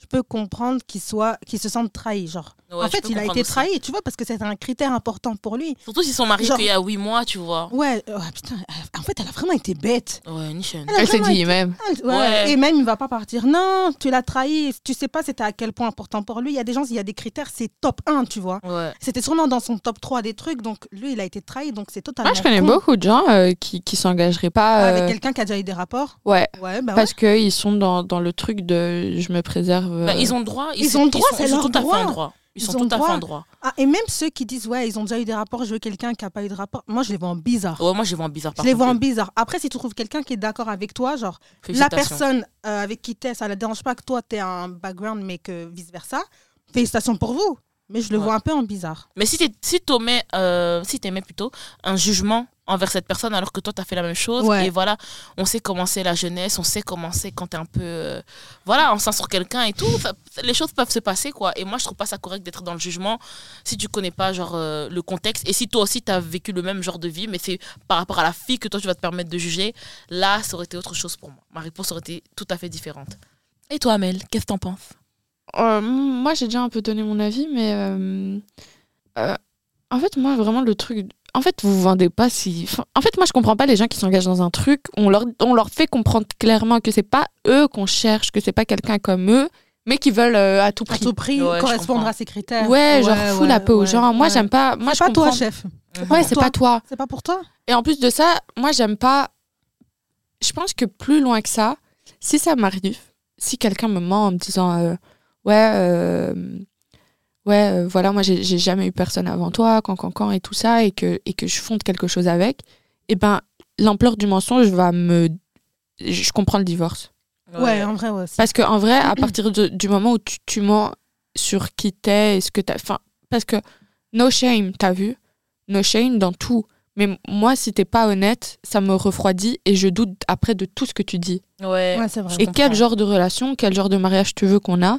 S3: Je peux comprendre qu'il soit, qu'il se sente trahi, genre.
S1: Ouais,
S3: en
S1: je
S3: fait,
S1: peux
S3: il a
S1: comprendre
S3: été
S1: aussi.
S3: trahi, tu vois, parce que c'est un critère important pour lui.
S1: Surtout s'ils sont mariés
S3: Genre-
S1: qu'il y a 8 mois, tu vois.
S3: Ouais, euh, putain, elle- en fait, elle a vraiment été bête.
S1: Ouais, Nishan.
S3: Elle a
S2: Elle s'est
S3: vraiment
S2: dit même.
S3: été- ouais,
S1: Ouais.
S3: Et même, il va pas partir. Non, tu l'as trahi. Tu sais pas c'était à quel point important pour lui. Il y a des gens, il y a des critères, c'est top 1, tu vois.
S1: Ouais.
S3: C'était sûrement dans son top 3 des trucs. Donc, lui, il a été trahi. Donc, c'est totalement.
S2: Moi, Ah, je connais
S3: con.
S2: beaucoup de gens euh, qui, qui s'engageraient pas.
S3: Ah, Avec
S2: euh,
S3: quelqu'un qui a déjà eu des rapports.
S2: ouais,
S3: Ouais, bah ouais.
S2: parce qu'ils sont dans, dans le truc de je me préserve. euh,
S1: Bah, ils ont le droit.
S3: Ils ont le droit, c'est
S1: ils sont
S3: leur
S1: tout à fait
S3: droit.
S1: en droit. Ils,
S3: Ils
S1: sont
S3: ont
S1: tout à fait
S3: droit.
S1: en droit.
S3: Ah, et même ceux qui disent, ouais, ils ont déjà eu des rapports, je veux quelqu'un qui n'a pas eu de rapport. Moi, je les vois en bizarre.
S1: Ouais, moi, je les vois en bizarre.
S3: je
S2: Oh,
S1: par
S3: les
S1: contre.
S3: vois en bizarre. Après, si tu trouves quelqu'un qui est d'accord avec toi, genre, la
S1: Félicitations.
S3: personne euh, avec qui t'es, ça ne la dérange pas que toi, t'aies un background, mais que vice-versa, félicitations pour vous. Mais je le
S1: Ouais.
S3: vois un peu en bizarre.
S1: Mais si tu si t'omets, euh, si t'aimais plutôt un jugement envers cette personne alors que toi t'as fait la même chose
S3: Ouais.
S1: et voilà on sait comment c'est la jeunesse on sait comment c'est quand t'es un peu euh, voilà on sent sur quelqu'un et tout Ça- les choses peuvent se passer quoi et moi je trouve pas ça correct d'être dans le jugement si tu connais pas genre euh, le contexte et si toi aussi t'as vécu le même genre de vie mais c'est par rapport à la fille que toi tu vas te permettre de juger là ça aurait été autre chose pour moi ma réponse aurait été tout à fait différente et toi Amel qu'est-ce que t'en penses
S2: Euh, moi, j'ai déjà un peu donné mon avis, mais euh, euh, en fait, moi, vraiment, le truc. En fait, vous vous vendez pas si. enfin, En fait, moi, je comprends pas les gens qui s'engagent dans un truc. On leur, on leur fait comprendre clairement que c'est pas eux qu'on cherche, que c'est pas quelqu'un comme eux, mais qui veulent euh, à tout
S3: À
S2: prix.
S3: tout prix,
S1: Ouais, je
S3: correspondre
S1: comprends.
S3: à ses critères.
S2: Ouais, genre, fous la peau aux
S3: ouais,
S2: gens. Moi,
S3: ouais.
S2: j'aime pas. Moi,
S3: C'est
S2: je
S3: pas
S2: comprends.
S3: toi, chef.
S1: Mhm.
S2: Ouais,
S3: pour
S2: c'est
S3: toi.
S2: pas toi.
S3: C'est pas pour toi.
S2: Et en plus de ça, moi, j'aime pas. Je pense que plus loin que ça, si ça m'arrive, si quelqu'un me ment en me disant euh, Ouais, euh, ouais, euh, voilà, moi, j'ai j'ai jamais eu personne avant toi, quand, quand, quand, et tout ça, et que, et que je fonde quelque chose avec, et ben, l'ampleur du mensonge va me. Je comprends le divorce.
S3: Ouais,
S1: hein.
S3: en vrai, ouais. c'est-
S2: Parce qu'en vrai, [clears throat] à partir de- du moment où tu, tu mens sur qui t'es et ce que t'as. Enfin, parce que no shame, t'as vu No shame dans tout. Mais m- moi, si t'es pas honnête, ça me refroidit et je doute après de tout ce que tu dis.
S1: ouais.
S3: Ouais, c'est vrai.
S1: Je
S2: Et
S1: comprends.
S2: quel genre de relation, quel genre de mariage tu veux qu'on a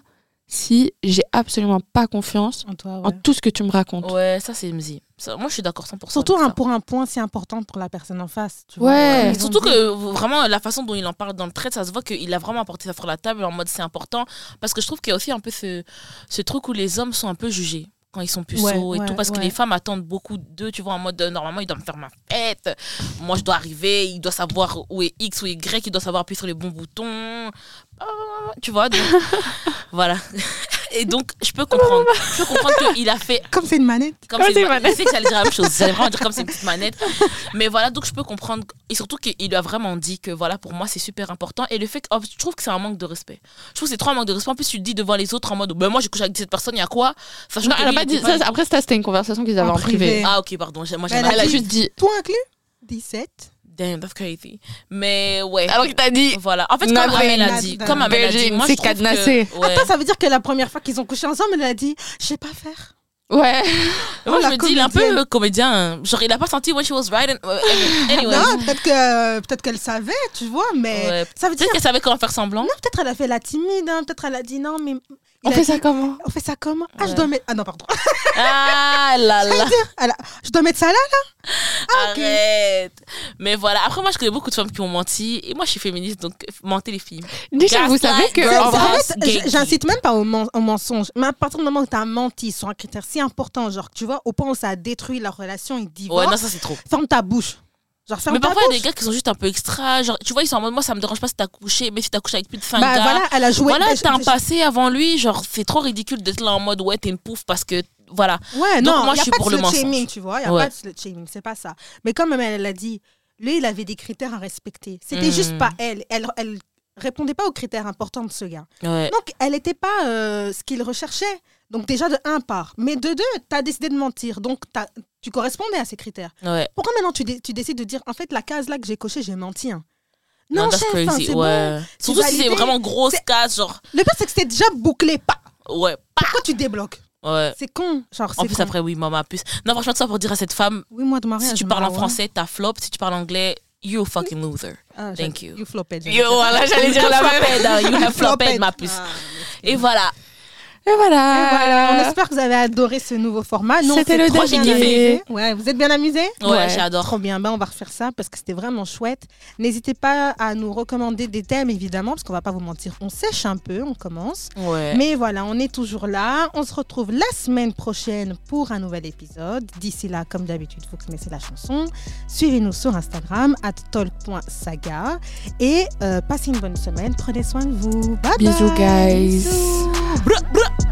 S2: si j'ai absolument pas confiance
S3: En toi,
S2: en
S3: ouais.
S2: tout ce que tu me racontes
S1: Ouais, ça c'est MZ. Ça, moi je suis d'accord 100%.
S3: Surtout
S1: avec
S3: un,
S1: ça.
S3: pour un point si important pour la personne en face. Tu
S2: Ouais.
S3: vois, comme ils ont
S1: Surtout
S3: dit.
S1: que euh, vraiment la façon dont il en parle dans le trait, ça se voit qu'il a vraiment apporté ça sur la table en mode c'est important. Parce que je trouve qu'il y a aussi un peu ce, ce truc où les hommes sont un peu jugés quand ils sont puceaux
S3: Ouais,
S1: et
S3: ouais,
S1: tout. Parce que
S3: ouais.
S1: les femmes attendent beaucoup d'eux, tu vois, en mode euh, normalement il doit me faire ma fête, moi je dois arriver, il doit savoir où est X ou Y, il doit savoir appuyer sur les bons boutons. Ah, tu vois, donc, [laughs] voilà. [laughs] Et donc je peux comprendre. Je peux comprendre qu'il a fait
S3: Comme c'est une manette.
S1: comme
S2: Comme
S1: c'est
S2: c'est
S1: une
S2: une
S1: manette. Je sais que j'allais dire la même chose. J'allais vraiment dire comme c'est une petite manette. Mais voilà, donc je peux comprendre. Et surtout qu'il lui a vraiment dit que voilà, pour moi, c'est super important. Et le fait que. oh, je trouve que c'est un manque de respect. Je trouve que c'est trop un manque de respect. En plus, tu le dis devant les autres en mode Ben moi, j'ai couché avec cette personne, il y a quoi Sachant
S2: Non,
S1: que
S2: elle a
S1: lui,
S2: pas
S1: il
S2: dit
S1: était pas
S2: ça, après, ça, c'était une conversation qu'ils avaient en,
S3: En
S2: privé.
S3: privé.
S1: Ah, ok, pardon. j'ai- Moi, j'ai
S3: Mais
S1: mal.
S2: Elle a juste dit
S3: Toi inclus 17.
S1: Damn, that's crazy. Mais ouais.
S2: Alors que t'as dit
S1: Voilà. En fait, comme
S2: Navré,
S1: Amel a
S3: Nad-
S1: dit, comme Amel a dit,
S2: Virgin,
S1: moi, je
S2: c'est
S1: trouve que-
S2: cadenassé. [laughs]
S1: Ouais.
S3: Attends, ça veut dire que la première fois qu'ils ont couché ensemble, elle a dit Je sais pas faire.
S2: Ouais.
S1: Moi,
S3: Oh,
S1: je
S3: la
S1: me dis, il est un
S3: comédienne.
S1: peu euh, comédien. hein. Genre, il a pas senti when she was right. and- euh, Anyway.
S3: Non, peut-être que peut-être qu'elle savait, tu vois, mais
S1: Ouais.
S3: ça veut dire
S1: Peut-être qu'elle savait comment faire
S2: [laughs]
S1: semblant.
S3: non, peut-être elle a fait la timide, hein, peut-être elle a dit non, mais
S2: On
S3: a
S2: fait
S3: dit-
S2: ça comment
S3: on fait ça comment Ah,
S1: Ouais.
S3: je dois mettre ah non pardon, [laughs]
S1: Ah là là.
S3: Elle a- je dois mettre ça là.
S1: Euh,
S3: ok.
S1: Arrête. Mais voilà, après moi je connais beaucoup de femmes qui ont menti et moi je suis féministe donc mentez les filles.
S2: Déjà, vous
S1: Gaslight,
S2: savez que.
S1: girl.
S2: en
S1: Ça-
S2: vrai-
S1: embrasse
S3: Arrête,
S1: Gay.
S3: j- j'incite même pas au, men- au mensonge, mais à partir du moment où t'as menti sur un critère si important, genre que tu vois, au point où ça a détruit leur relation, ils
S1: Ouais,
S3: divorcent,
S1: non, ça c'est trop.
S3: ferme ta bouche. Genre ferme
S1: Mais
S3: ta
S1: parfois il y a
S3: bouche.
S1: des gars qui sont juste un peu extra. Genre, tu vois, ils sont en mode moi ça me dérange pas si t'as couché, mais si t'as couché avec plus de 5
S3: Bah
S1: gars.
S3: voilà, elle a joué.
S1: voilà,
S3: bah,
S1: t'as un
S3: je-
S1: passé avant lui, genre c'est trop ridicule d'être là en mode ouais, t'es une pouf parce que voilà.
S3: Ouais,
S1: Donc,
S3: non,
S1: moi,
S3: y a
S1: je suis
S3: pas
S1: pour
S3: de
S1: le
S3: slut
S1: mensonge.
S3: shaming, tu vois. Il a
S1: Ouais.
S3: pas de slut shaming, c'est pas ça. Mais comme même elle l'a dit, lui, il avait des critères à respecter. C'était
S1: Hmm.
S3: juste pas elle. Elle elle répondait pas aux critères importants de ce gars.
S1: Ouais.
S3: Donc, elle n'était pas euh, ce qu'il recherchait. Donc déjà de un part. Mais de deux, tu as décidé de mentir. Donc t'as- tu correspondais à ces critères.
S1: Ouais.
S3: Pourquoi maintenant tu, dé- tu décides de dire en fait la case là que j'ai cochée, j'ai menti. hein. Non,
S1: Non, that's
S3: chef, hein,
S1: crazy.
S3: c'est bon.
S1: ouais. Surtout si c'est
S3: validé.
S1: vraiment grosse
S3: C'est-
S1: casse, genre.
S3: Le pire c'est que c'était déjà bouclé. Pas.
S1: Ouais, pa-
S3: Pourquoi tu débloques
S1: ouais.
S3: C'est con. Genre,
S1: Euh, En
S3: c'est
S1: plus,
S3: con.
S1: après, oui, maman, puce. Non, franchement, tout ça pour dire à cette femme,
S3: Oui, moi de mariage.
S1: si tu
S3: je
S1: parles
S3: me-
S1: en français, t'as flop. Si tu parles anglais, you a fucking loser.
S3: Ah, j'ai-
S1: Thank you.
S3: You flopped.
S1: Yo, voilà, j'allais dire la même. You have flopped,
S3: Flopped.
S1: ma puce.
S3: Ah,
S1: Et voilà.
S2: Et voilà.
S3: Et
S1: Ah.
S3: voilà, on espère que vous avez adoré ce nouveau format. Nous, on
S2: C'était
S3: s'est
S2: le
S3: trop
S1: dernier.
S3: bien amusés. Ouais, vous êtes bien amusés
S1: Ouais,
S2: Ouais.
S1: j'adore.
S3: Trop bien, ben, on va refaire ça parce que c'était vraiment chouette. N'hésitez pas à nous recommander des thèmes, évidemment, parce qu'on va pas vous mentir. On sèche un peu, on commence.
S1: Ouais.
S3: Mais voilà, on est toujours là. On se retrouve la semaine prochaine pour un nouvel épisode. D'ici là, comme d'habitude, vous connaissez la chanson. Suivez-nous sur Instagram, at talk.saga. Et euh, passez une bonne semaine. Prenez soin de vous. Bye bye.
S2: Bisous, guys.
S3: Bisous.
S1: Brr, brr.